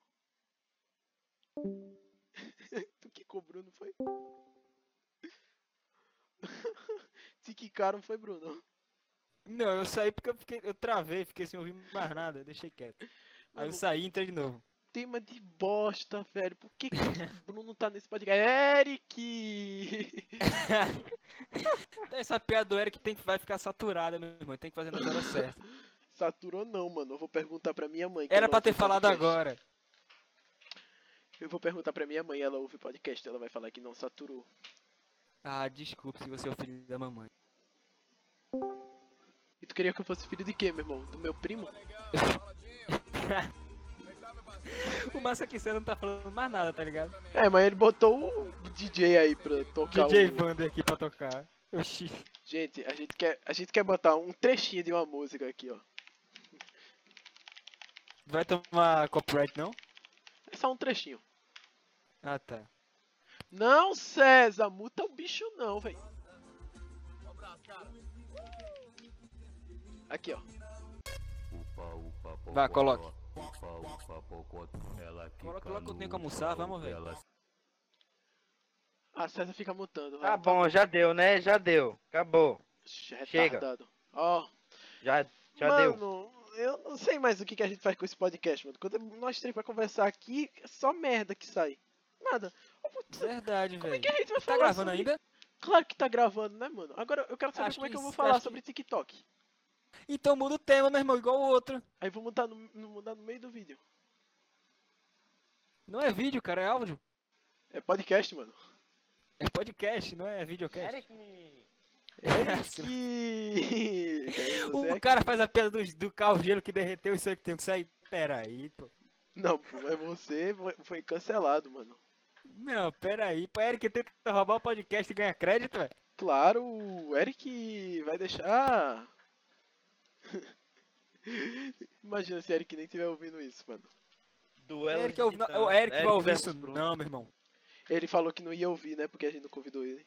Speaker 2: tu que cobrou, não foi? Tiquicaram foi Bruno.
Speaker 3: Não, eu saí porque eu, fiquei, eu travei, fiquei sem ouvir mais nada, deixei quieto. Aí eu saí e entrei de novo.
Speaker 2: Tema de bosta, velho. Por que, que o Bruno tá nesse podcast? Eric!
Speaker 3: Essa piada do Eric tem, que- vai ficar saturada, meu irmão. Tem que fazer na hora certa.
Speaker 2: Saturou não, mano. Eu vou perguntar pra minha mãe. que
Speaker 3: Era
Speaker 2: ela
Speaker 3: pra ter
Speaker 2: ouve
Speaker 3: falado
Speaker 2: podcast.
Speaker 3: agora.
Speaker 2: Eu vou perguntar pra minha mãe, ela ouve podcast, ela vai falar que não saturou.
Speaker 3: Ah, desculpe se você é o filho da mamãe.
Speaker 2: E tu queria que eu fosse filho de quê, meu irmão? Do meu primo?
Speaker 3: O Massa Quicena não tá falando mais nada, tá ligado?
Speaker 2: É, mas ele botou o DJ aí pra tocar
Speaker 3: DJ
Speaker 2: o...
Speaker 3: Vander aqui pra tocar. Oxi.
Speaker 2: Gente, a gente, quer, a gente quer botar um trechinho de uma música aqui, ó.
Speaker 3: Vai tomar copyright, não?
Speaker 2: É só um trechinho.
Speaker 3: Ah, tá.
Speaker 2: Não, César, muta o bicho não, velho. Aqui, ó.
Speaker 3: Vai, coloque.
Speaker 8: Ela que
Speaker 3: Coloca logo que eu tenho que almoçar, vamos, velho.
Speaker 2: Ah, César fica mutando,
Speaker 6: Tá
Speaker 2: vai.
Speaker 6: bom, já deu, né? Já deu. Acabou. chega.
Speaker 2: Retardado. Ó,
Speaker 6: Já, já deu.
Speaker 2: mano, eu não sei mais o que, que a gente faz com esse podcast, mano. Quando nós três pra conversar aqui, é só merda que sai. Nada. Ô, putz,
Speaker 3: Verdade,
Speaker 2: Como é
Speaker 3: velho.
Speaker 2: que a gente vai
Speaker 3: Tá
Speaker 2: falar
Speaker 3: gravando
Speaker 2: sobre-
Speaker 3: ainda?
Speaker 2: Claro que tá gravando, né, mano? Agora eu quero saber
Speaker 3: Acho
Speaker 2: como é que
Speaker 3: que
Speaker 2: eu vou
Speaker 3: sim,
Speaker 2: falar
Speaker 3: acho que-
Speaker 2: sobre TikTok.
Speaker 3: Então muda o tema, meu irmão, igual o outro.
Speaker 2: Aí vou mudar no, no- mudar no meio do vídeo.
Speaker 3: Não é vídeo, cara, é áudio.
Speaker 2: É podcast, mano.
Speaker 3: É podcast, não é videocast.
Speaker 4: Eric!
Speaker 2: Que... Daí você
Speaker 3: O
Speaker 2: é-
Speaker 3: cara faz a piada do, do carro gelo que derreteu e sei que tem que sair. Peraí, pô.
Speaker 2: Não, pô, é você, foi- foi cancelado, mano.
Speaker 3: Não, peraí. Pô, Eric tenta roubar o podcast e ganha crédito, velho.
Speaker 2: Claro, o Eric vai deixar. Imagina se o Eric nem estiver ouvindo isso, mano.
Speaker 6: Duelo
Speaker 3: Eric,
Speaker 6: de
Speaker 3: é o,
Speaker 2: tá-
Speaker 3: não, é o
Speaker 6: titãs.
Speaker 3: Eric vai ouvir
Speaker 6: versus
Speaker 3: isso.
Speaker 6: Bruno.
Speaker 3: Não, meu irmão.
Speaker 2: Ele falou que não ia ouvir, né? Porque a gente não convidou ele.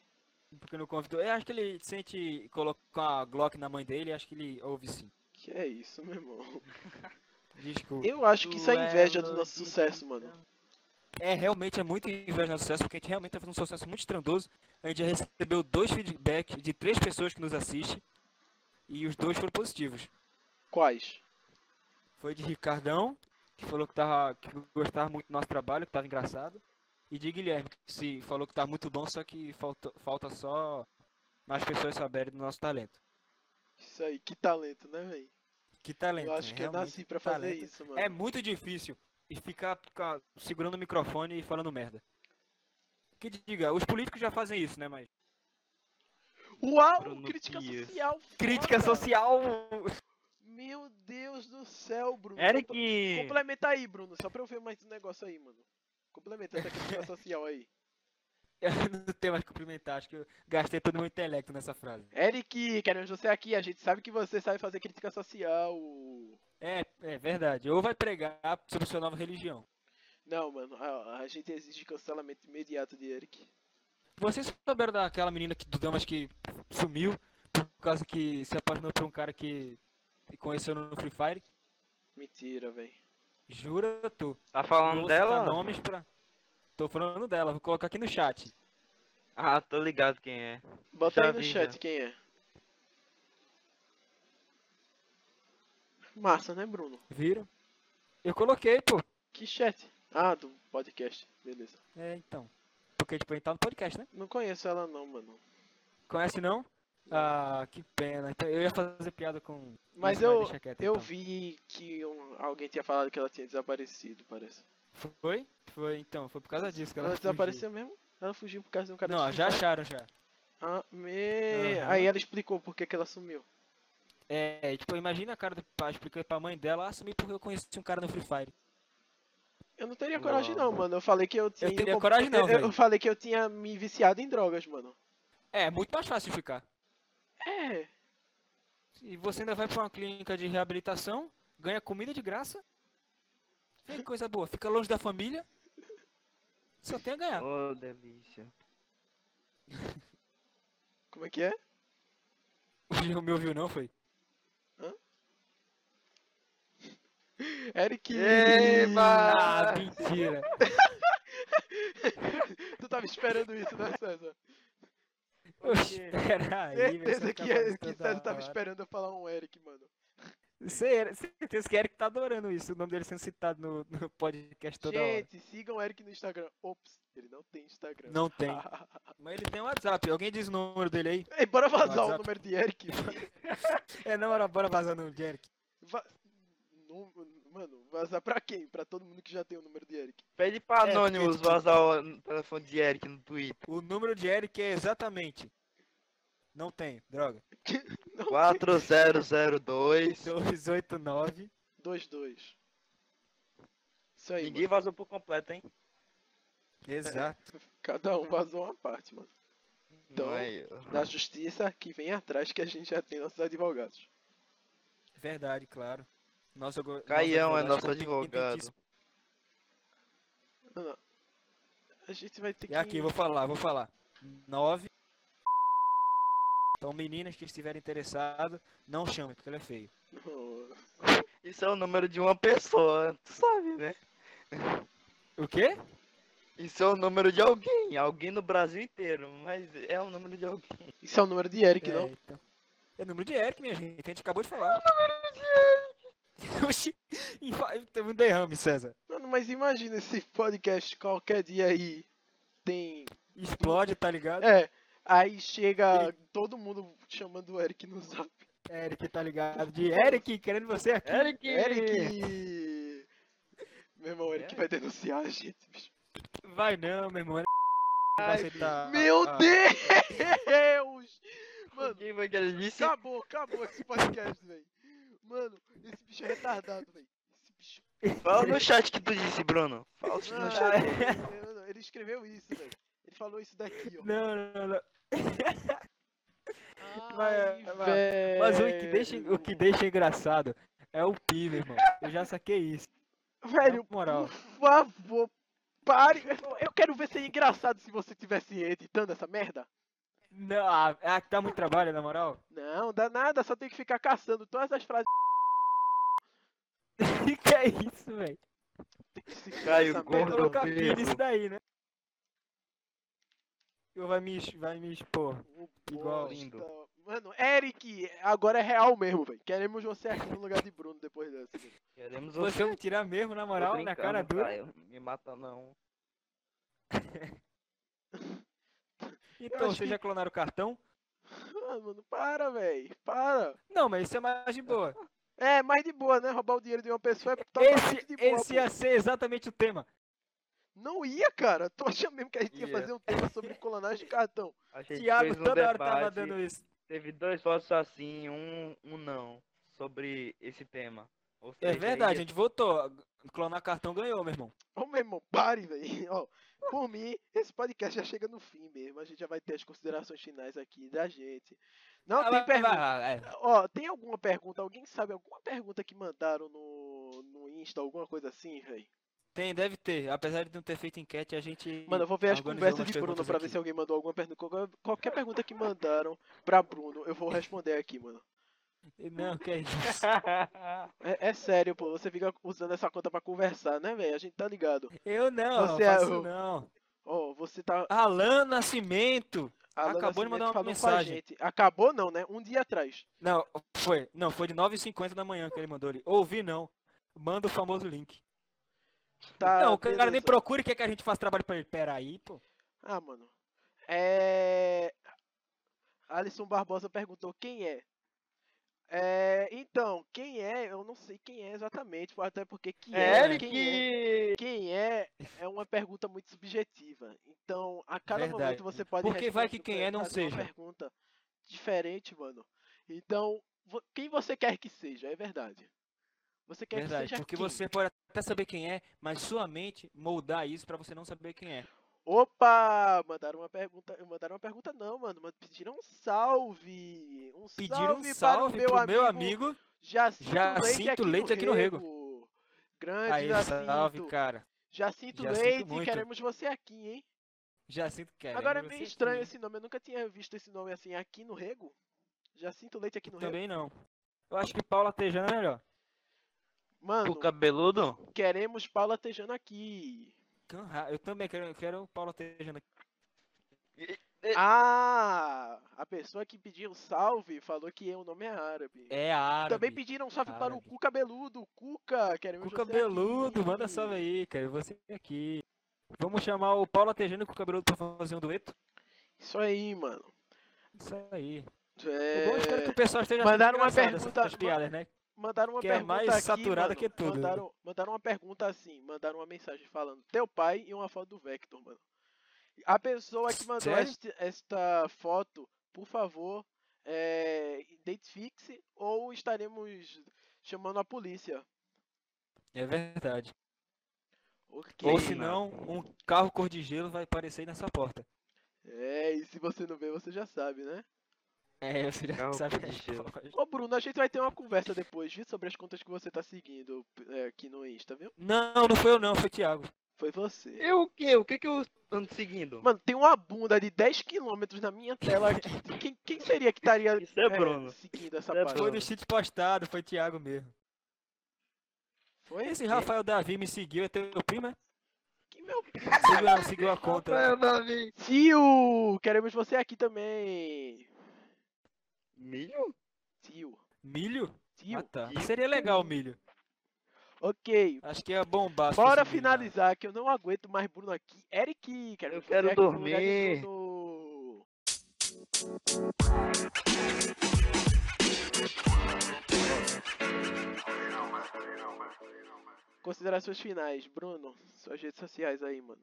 Speaker 3: Porque não convidou. Eu acho que ele sente colocar a Glock na mãe dele, acho que ele ouve sim.
Speaker 2: Que é isso, meu irmão.
Speaker 3: Desculpa.
Speaker 2: Eu acho que isso é inveja do
Speaker 4: Duelo
Speaker 2: nosso
Speaker 4: de
Speaker 2: sucesso, mano.
Speaker 3: É, realmente é muito inveja no sucesso, porque a gente realmente tá fazendo um sucesso muito estrandoso. A gente já recebeu dois feedbacks de três pessoas que nos assistem. E os dois foram positivos.
Speaker 2: Quais?
Speaker 3: Foi de Ricardão, que falou que, tava, que gostava muito do nosso trabalho, que tava engraçado. E de Guilherme, que se falou que tá muito bom, só que falta, falta só mais pessoas saberem do nosso talento.
Speaker 2: Isso aí, que talento, né, velho?
Speaker 3: Que talento.
Speaker 2: Eu acho
Speaker 3: né?
Speaker 2: que é eu
Speaker 3: Realmente
Speaker 2: nasci pra fazer
Speaker 3: talento.
Speaker 2: isso, mano.
Speaker 3: É muito difícil e ficar, ficar segurando o microfone e falando merda. Que diga, os políticos já fazem isso, né, mas.
Speaker 2: Uau,
Speaker 6: Bruno
Speaker 2: crítica
Speaker 6: Dias.
Speaker 2: social.
Speaker 3: Crítica
Speaker 2: foda.
Speaker 3: social!
Speaker 2: Meu Deus do céu, Bruno. Comple-
Speaker 6: Eric!
Speaker 2: Complementa aí, Bruno, só pra eu ver mais um negócio aí, mano. Complementa essa crítica social aí.
Speaker 3: Eu não tenho mais que cumprimentar, acho que eu gastei todo o meu intelecto nessa frase.
Speaker 2: Eric, queremos você é aqui. A gente sabe que você sabe fazer crítica social.
Speaker 3: É, é verdade. Ou vai pregar sobre sua nova religião.
Speaker 2: Não, mano, a, a gente exige cancelamento imediato de Eric.
Speaker 3: Vocês souberam daquela menina que, do Damas que sumiu por causa que se apaixonou por um cara que conheceu no Free Fire?
Speaker 2: Mentira, velho.
Speaker 3: Jura, tu?
Speaker 6: Tá
Speaker 3: Não
Speaker 6: falando
Speaker 3: vou citar
Speaker 6: dela?
Speaker 3: nomes pra... Tô falando dela, vou colocar aqui no chat.
Speaker 6: Ah, tô ligado quem é.
Speaker 2: Bota
Speaker 6: Já
Speaker 2: aí no
Speaker 6: vi,
Speaker 2: chat
Speaker 6: já.
Speaker 2: quem é. Massa, né, Bruno?
Speaker 3: Viram? Eu coloquei, pô.
Speaker 2: Que chat? Ah, do podcast. Beleza.
Speaker 3: É, então. Porque, tipo, a gente tá no podcast, né?
Speaker 2: Não conheço ela não, mano.
Speaker 3: Conhece não? Ah, que pena. Então, eu ia fazer piada com.
Speaker 2: Mas
Speaker 3: isso,
Speaker 2: eu-
Speaker 3: deixa quieto,
Speaker 2: Eu
Speaker 3: então.
Speaker 2: vi que um- alguém tinha falado que ela tinha desaparecido, parece.
Speaker 3: Foi? Foi, então. Foi por causa disso que
Speaker 2: Ela,
Speaker 3: ela fugiu.
Speaker 2: desapareceu mesmo? Ela fugiu por causa de um cara
Speaker 3: Não,
Speaker 2: que-
Speaker 3: já acharam já.
Speaker 2: Ah, me...
Speaker 3: Aham.
Speaker 2: Aí ela explicou por que, que ela sumiu.
Speaker 3: É, tipo, imagina a cara do pai explicando pra mãe dela, ah, sumi porque eu conheci um cara no Free Fire.
Speaker 2: Eu não teria coragem não, mano. Eu falei que eu tinha...
Speaker 3: teria coragem não,
Speaker 2: eu- eu,
Speaker 3: velho.
Speaker 2: falei que eu tinha me viciado em drogas, mano.
Speaker 3: É, muito mais fácil ficar.
Speaker 2: É,
Speaker 3: E você ainda vai pra uma clínica de reabilitação, ganha comida de graça. Que coisa boa, fica longe da família. Só tem a ganhar.
Speaker 6: Oh, delícia.
Speaker 2: como é que é?
Speaker 3: O Gil me ouviu não, foi?
Speaker 2: Eric!
Speaker 3: Ah,
Speaker 6: Eba!
Speaker 3: mentira.
Speaker 2: Tu tava esperando isso, né, César?
Speaker 3: Oxe, peraí, velho, você
Speaker 2: Certeza
Speaker 3: fica
Speaker 2: que, é,
Speaker 3: falando
Speaker 2: que
Speaker 3: toda
Speaker 2: César tava
Speaker 3: hora.
Speaker 2: esperando eu falar um Eric, mano.
Speaker 3: Cer- Certeza que Eric tá adorando isso, o nome dele sendo citado no, no podcast toda hora.
Speaker 2: Gente, sigam o Eric no Instagram. Ops, ele não tem Instagram.
Speaker 3: Não tem. Mas ele tem um WhatsApp, alguém diz o número dele aí?
Speaker 2: Ei, bora vazar o
Speaker 3: WhatsApp.
Speaker 2: número de Eric.
Speaker 3: É, não, bora, bora vazar no de Eric.
Speaker 2: Va- Nu- Mano, vazar pra quem? Pra todo mundo que já tem o número de Eric.
Speaker 6: Pede pra
Speaker 3: É,
Speaker 6: Anonymous
Speaker 3: porque, tipo-
Speaker 6: vazar o telefone de Eric no Twitter.
Speaker 3: O número de Eric é exatamente. Não tem, droga.
Speaker 2: Não,
Speaker 6: 4002.
Speaker 3: 289.
Speaker 2: 2-2. Isso aí,
Speaker 6: Ninguém
Speaker 2: mano.
Speaker 6: vazou por completo, hein?
Speaker 3: Exato.
Speaker 2: Cada um vazou uma parte, mano. Então-
Speaker 6: Aí, ó.
Speaker 2: Da justiça que vem atrás que a gente já tem nossos advogados.
Speaker 3: Verdade, claro. Nosso go- nosso
Speaker 6: Caião é nosso
Speaker 3: competentíssimo.
Speaker 6: advogado.
Speaker 2: A gente vai ter
Speaker 3: E
Speaker 2: que.
Speaker 3: É aqui, vou falar, vou falar. 9. Então, meninas que estiverem interessadas, não chamem, porque ele é feio.
Speaker 2: Não,
Speaker 6: Isso é o número de uma pessoa, tu sabe, né?
Speaker 3: O quê?
Speaker 6: Isso é o número de alguém, alguém no Brasil inteiro, mas é o número de alguém.
Speaker 2: Isso é o número de Eric,
Speaker 3: é,
Speaker 2: não?
Speaker 3: então. É o número de Eric, minha gente. A gente acabou É de falar. Oxi, infa- teve um derrame, César.
Speaker 2: Mano, mas imagina esse podcast qualquer dia aí. Tem.
Speaker 3: Explode, tá ligado?
Speaker 2: É. Aí chega todo mundo chamando o Eric no zap.
Speaker 3: Eric, tá ligado? De Eric, querendo você aqui.
Speaker 6: Eric!
Speaker 2: Eric! Meu irmão, o Eric
Speaker 3: É?
Speaker 2: vai denunciar a gente, bicho.
Speaker 3: Vai não, meu irmão. Eric não vai aceitar.
Speaker 2: Meu
Speaker 3: Ah,
Speaker 2: Deus! Mano,
Speaker 6: Quem foi que ele disse?
Speaker 2: acabou, acabou esse podcast, velho. Mano, esse bicho é retardado, velho. Esse bicho.
Speaker 6: Fala no chat que tu disse, Bruno. Fala no
Speaker 2: Mano,
Speaker 6: chat.
Speaker 2: ele- mano, ele escreveu isso, velho. Ele falou isso daqui, ó.
Speaker 3: Não, não, não.
Speaker 2: Ai,
Speaker 3: mas- Mas o que, deixa, o que
Speaker 2: velho.
Speaker 3: deixa engraçado é o Pi, meu irmão. Eu já saquei isso.
Speaker 2: Velho,
Speaker 3: Na moral.
Speaker 2: por favor, pare. Eu quero ver ser engraçado se você tivesse editando essa merda.
Speaker 3: Não, ah, ah, tá muito trabalho, na moral.
Speaker 2: Não, dá nada, só tem que ficar caçando todas as frases.
Speaker 3: que é isso, velho?
Speaker 6: Caio
Speaker 2: Essa merda.
Speaker 6: Gordo. é um
Speaker 3: Vai colocar Pi
Speaker 6: Pedro.
Speaker 3: nisso daí, né? Eu vai me, vai me expor.
Speaker 2: O
Speaker 3: Igual
Speaker 2: bosta.
Speaker 6: lindo.
Speaker 2: Mano, Eric, agora é real mesmo, velho. Queremos você aqui no lugar de Bruno depois dessa. velho.
Speaker 6: Queremos um
Speaker 3: Você vai me tirar mesmo, na moral, na cara dura.
Speaker 6: Me mata não.
Speaker 3: Então,
Speaker 2: acho
Speaker 3: vocês
Speaker 2: que-
Speaker 3: já clonaram o cartão?
Speaker 2: Ah, mano, para, velho. Para.
Speaker 3: Não, mas isso é mais de boa.
Speaker 2: É, mais de boa, né? Roubar o dinheiro de uma pessoa é totalmente
Speaker 3: Esse,
Speaker 2: de boa.
Speaker 3: esse
Speaker 2: pô.
Speaker 3: ia ser exatamente o tema.
Speaker 2: Não ia, cara. Tu achando mesmo que a gente ia
Speaker 6: Ia.
Speaker 2: fazer um tema sobre clonagem de cartão.
Speaker 6: A gente
Speaker 3: Thiago
Speaker 6: fez um
Speaker 3: toda hora tava
Speaker 6: debate,
Speaker 3: dando isso.
Speaker 6: Teve dois votos assim, um, um não, sobre esse tema. Ou
Speaker 3: É
Speaker 6: seja,
Speaker 3: verdade, a
Speaker 6: ia-
Speaker 3: gente votou. Clonar cartão ganhou, meu irmão.
Speaker 2: Ô, meu irmão, pare, velho. Ó, por mim, esse podcast já chega no fim mesmo. A gente já vai ter as considerações finais aqui da gente. Não
Speaker 3: Ah,
Speaker 2: tem
Speaker 3: vai-
Speaker 2: pergunta.
Speaker 3: vai- é.
Speaker 2: Ó, tem alguma pergunta? Alguém sabe alguma pergunta que mandaram no, no Insta, alguma coisa assim, velho?
Speaker 3: Tem, deve ter. Apesar de não ter feito enquete, a gente.
Speaker 2: Mano, eu vou ver as
Speaker 3: organizou
Speaker 2: conversas
Speaker 3: umas
Speaker 2: de Bruno
Speaker 3: perguntas
Speaker 2: pra ver
Speaker 3: aqui.
Speaker 2: se alguém mandou alguma pergunta. Qualquer, qualquer pergunta que mandaram pra Bruno, eu vou responder aqui, mano.
Speaker 3: Não, que é isso.
Speaker 2: É, é sério, pô, você fica usando essa conta pra conversar, né, velho? A gente tá ligado.
Speaker 3: Eu não,
Speaker 2: Você
Speaker 3: Você
Speaker 2: é
Speaker 3: faço
Speaker 2: o-
Speaker 3: não.
Speaker 2: Ó, você tá.
Speaker 3: Alan Nascimento.
Speaker 2: Alan
Speaker 3: Acabou de
Speaker 2: Nascimento
Speaker 3: mandar uma
Speaker 2: falou com a
Speaker 3: mensagem.
Speaker 2: gente. Acabou não, né? Um dia atrás.
Speaker 3: Não, foi. Não, foi de 9h50 da manhã que ele mandou ali. Ouvi não. Manda o famoso link.
Speaker 2: Tá,
Speaker 3: não, Então, o cara nem
Speaker 2: beleza.
Speaker 3: procura e quer que a gente faça trabalho pra ele. Pera aí, pô.
Speaker 2: Ah, mano. É. Alisson Barbosa perguntou quem é. É, então, quem é? Eu não sei quem é exatamente, até porque quem é,
Speaker 6: É,
Speaker 2: quem
Speaker 6: que...
Speaker 2: é, quem é é uma pergunta muito subjetiva. Então, a cada
Speaker 3: Verdade.
Speaker 2: momento você pode
Speaker 3: Porque vai que
Speaker 2: responder-
Speaker 3: quem é não
Speaker 2: fazer uma
Speaker 3: seja.
Speaker 2: pergunta diferente, mano. Então, vo- quem você quer que seja, é verdade. Você quer que
Speaker 3: Verdade,
Speaker 2: seja
Speaker 3: porque
Speaker 2: quem?
Speaker 3: você pode até saber quem é, mas sua mente moldar isso pra você não saber quem é.
Speaker 2: Opa! Mandaram uma pergunta. Mandaram uma pergunta, não, mano. mas Pediram um salve! Um
Speaker 3: Pediram um
Speaker 2: salve,
Speaker 3: salve
Speaker 2: para o meu amigo,
Speaker 3: amigo.
Speaker 2: Jacinto,
Speaker 3: Jacinto
Speaker 2: Leite, aqui,
Speaker 3: Leite
Speaker 2: no
Speaker 3: aqui no Rego.
Speaker 2: Grande
Speaker 3: Aí,
Speaker 2: Jacinto.
Speaker 3: salve, cara.
Speaker 2: Jacinto,
Speaker 3: Jacinto
Speaker 2: Leite,
Speaker 3: muito.
Speaker 2: queremos você aqui, hein?
Speaker 3: Já sinto que né?
Speaker 2: Agora é meio estranho esse nome. Eu nunca tinha visto esse nome assim aqui no Rego. Jacinto Leite aqui no Rego.
Speaker 3: Também não. Eu acho que Paula Tejano é melhor.
Speaker 2: Mano,
Speaker 5: O cabeludo?
Speaker 2: queremos Paula Tejano aqui.
Speaker 3: Canra- Eu também quero, eu quero o Paula Tejano aqui.
Speaker 2: Ah! A pessoa que pediu um salve falou que o nome é árabe.
Speaker 3: É árabe.
Speaker 2: Também pediram um salve para o
Speaker 3: Árabe.
Speaker 2: Cu Cabeludo. Cuca, queremos
Speaker 3: Com o
Speaker 2: você aqui.
Speaker 3: cabeludo, manda salve aí, cara. Você é aqui. Vamos chamar o Paula Tejano com o cabeludo pra fazer um dueto?
Speaker 2: Isso aí, mano.
Speaker 3: Isso aí.
Speaker 2: É...
Speaker 3: O bom espero que o pessoal esteja
Speaker 2: Mandaram uma
Speaker 3: engraçado dessas
Speaker 2: pergunta-
Speaker 3: suas piadas, né?
Speaker 2: Mandaram uma
Speaker 3: Que é
Speaker 2: pergunta
Speaker 3: mais
Speaker 2: aqui,
Speaker 3: saturada
Speaker 2: mano.
Speaker 3: que tudo. né?
Speaker 2: Mandaram, mandaram uma pergunta assim, mandaram uma mensagem falando teu pai e uma foto do Vector, mano. A pessoa que mandou
Speaker 3: Sério?
Speaker 2: este- esta foto, por favor, é, identifique-se ou estaremos chamando a polícia.
Speaker 3: É verdade.
Speaker 2: Ok.
Speaker 3: Ou senão, um carro cor de gelo vai aparecer aí na sua porta.
Speaker 2: É, e se você não vê, você já sabe, né?
Speaker 3: É, você já
Speaker 6: Carro
Speaker 3: sabe.
Speaker 6: cor de
Speaker 3: a
Speaker 6: gelo.
Speaker 3: resposta.
Speaker 2: Ô Bruno, a gente vai ter uma conversa depois, viu? Sobre as contas que você tá seguindo é, aqui no Insta, viu?
Speaker 3: Não, não foi eu não, foi o Thiago.
Speaker 2: Foi você.
Speaker 6: Eu o quê? O que que eu ando seguindo?
Speaker 2: Mano, tem uma bunda de 10km na minha tela aqui. Quem, quem seria que estaria
Speaker 6: Isso é Bruno.
Speaker 2: seguindo essa
Speaker 6: Isso é
Speaker 2: parada?
Speaker 3: Foi no cheat postado, foi o Thiago mesmo.
Speaker 2: Foi? É,
Speaker 3: Esse Rafael Davi me seguiu, é teu primo, é?
Speaker 2: Que meu
Speaker 3: Seguiu, ela seguiu a conta.
Speaker 6: Rafael Davi.
Speaker 2: tio! Queremos você aqui também.
Speaker 6: Milho?
Speaker 2: Tio.
Speaker 3: Milho?
Speaker 2: Tio.
Speaker 3: Ah tá.
Speaker 6: tio.
Speaker 3: Seria legal o milho.
Speaker 2: Ok.
Speaker 3: Acho que ia bombar. se
Speaker 2: Bora
Speaker 3: fosse milho, né?
Speaker 2: finalizar, que eu não aguento mais Bruno aqui. Eric, queremos você
Speaker 6: Eu quero
Speaker 2: aqui no lugar de
Speaker 6: dormir.
Speaker 2: Bruno. Considerações finais, Bruno. Suas redes sociais aí, mano.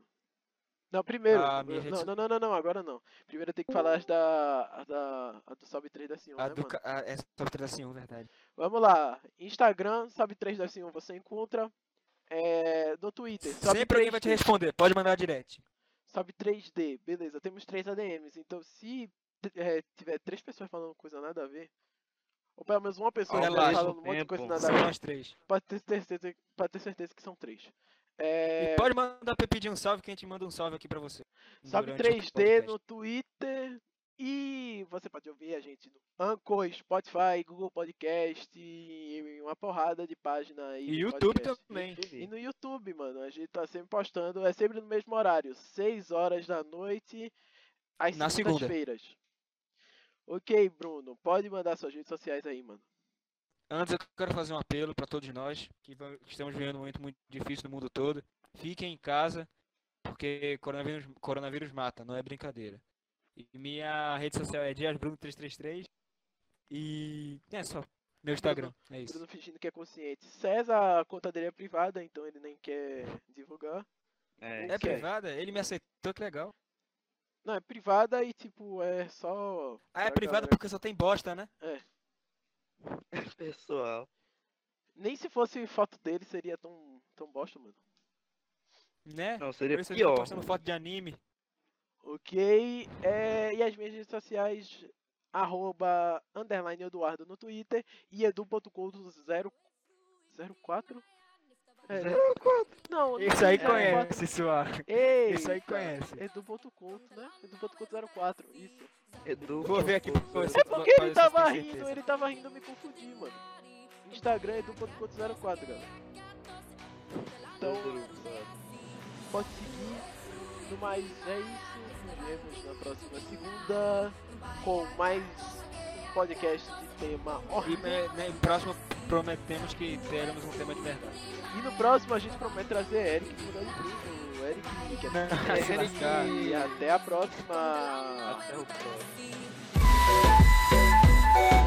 Speaker 2: Não, primeiro.
Speaker 3: Ah,
Speaker 2: eu-
Speaker 3: minha rede
Speaker 2: não,
Speaker 3: so-
Speaker 2: não, não, não, não, agora não. Primeiro eu tenho que falar as da. a da. a do Sobe 3 da Sion,
Speaker 3: A
Speaker 2: né,
Speaker 3: do
Speaker 2: mano?
Speaker 3: ca- a- é sobre 3 assim, verdade.
Speaker 2: Vamos lá. Instagram, Sobe 3 da Sion, você encontra. É, no Twitter, Sobe
Speaker 3: Sempre alguém vai te
Speaker 2: 3D.
Speaker 3: responder, pode mandar direct.
Speaker 2: Sobe 3D, beleza, temos 3 ADMs, então se eh, tiver três pessoas falando coisa nada a ver, ou pelo menos uma pessoa
Speaker 3: Ao
Speaker 2: que tá
Speaker 3: mesmo
Speaker 2: falando um monte de coisa
Speaker 6: tempo.
Speaker 2: nada
Speaker 3: São
Speaker 2: a ver,
Speaker 3: nós três.
Speaker 2: pode ter certeza, pode ter certeza que são três. É,
Speaker 3: E pode mandar pra pedir um salve que a gente manda um salve aqui pra você.
Speaker 2: sobe
Speaker 3: durante o
Speaker 2: 3D
Speaker 3: podcast.
Speaker 2: no Twitter e você pode ouvir a gente no Anchor, Spotify, Google Podcast e uma porrada de página aí.
Speaker 3: E
Speaker 2: de
Speaker 3: YouTube
Speaker 2: podcast.
Speaker 3: também.
Speaker 2: E no YouTube, mano, a gente tá sempre postando, é sempre no mesmo horário, 6 horas da noite, às
Speaker 3: Na segunda.
Speaker 2: segundas-feiras. Ok, Bruno, pode mandar suas redes sociais aí, mano.
Speaker 3: Antes eu quero fazer um apelo pra todos nós que va- que estamos vivendo um momento muito difícil no mundo todo. Fiquem em casa, porque coronavírus, coronavírus mata, não é brincadeira. E minha rede social é diasbruno333 e é só meu Instagram, é isso.
Speaker 2: Bruno fingindo que é consciente. César, a conta dele é privada, então ele nem quer divulgar.
Speaker 6: É.
Speaker 3: É
Speaker 2: Ok.
Speaker 3: privada? Ele me aceitou, que legal.
Speaker 2: Não, é privada e tipo, é só.
Speaker 3: Ah, é
Speaker 2: pra
Speaker 3: privada
Speaker 2: galera.
Speaker 3: porque só tem bosta, né?
Speaker 6: Pessoal.
Speaker 2: Nem se fosse foto dele seria tão, tão bosta, mano.
Speaker 3: Né?
Speaker 6: Não,
Speaker 3: Por
Speaker 6: seria
Speaker 3: isso ele fica
Speaker 6: pior.
Speaker 3: postando foto de anime.
Speaker 2: Ok, é, e as minhas redes sociais, arroba, underline Eduardo no Twitter e edu.couto04. É, Não,
Speaker 3: Isso aí
Speaker 2: não, 04.
Speaker 3: conhece, suar.
Speaker 2: Ei,
Speaker 3: Isso aí conhece.
Speaker 2: Edu.couto, né? Edu.couto04, isso.
Speaker 6: Edu.
Speaker 3: Vou ver aqui pra você.
Speaker 2: É porque ele
Speaker 3: pra- pra
Speaker 2: tava
Speaker 3: você ter
Speaker 2: rindo,
Speaker 3: certeza.
Speaker 2: ele tava rindo, eu me confundi, mano. Instagram é edu.couto04, galera. Então, pode seguir. No mais, é isso. Nos vemos na próxima segunda com mais um podcast de tema
Speaker 3: E
Speaker 2: horrível.
Speaker 3: né, né, próximo prometemos que teremos um tema de verdade.
Speaker 2: E no próximo a gente promete trazer Eric pro lugar de Bruno. Eric, que é
Speaker 3: Não, se
Speaker 2: Eric.
Speaker 3: lascar.
Speaker 2: E até a próxima.
Speaker 6: Até o próximo.
Speaker 2: Tchau.
Speaker 1: Bate.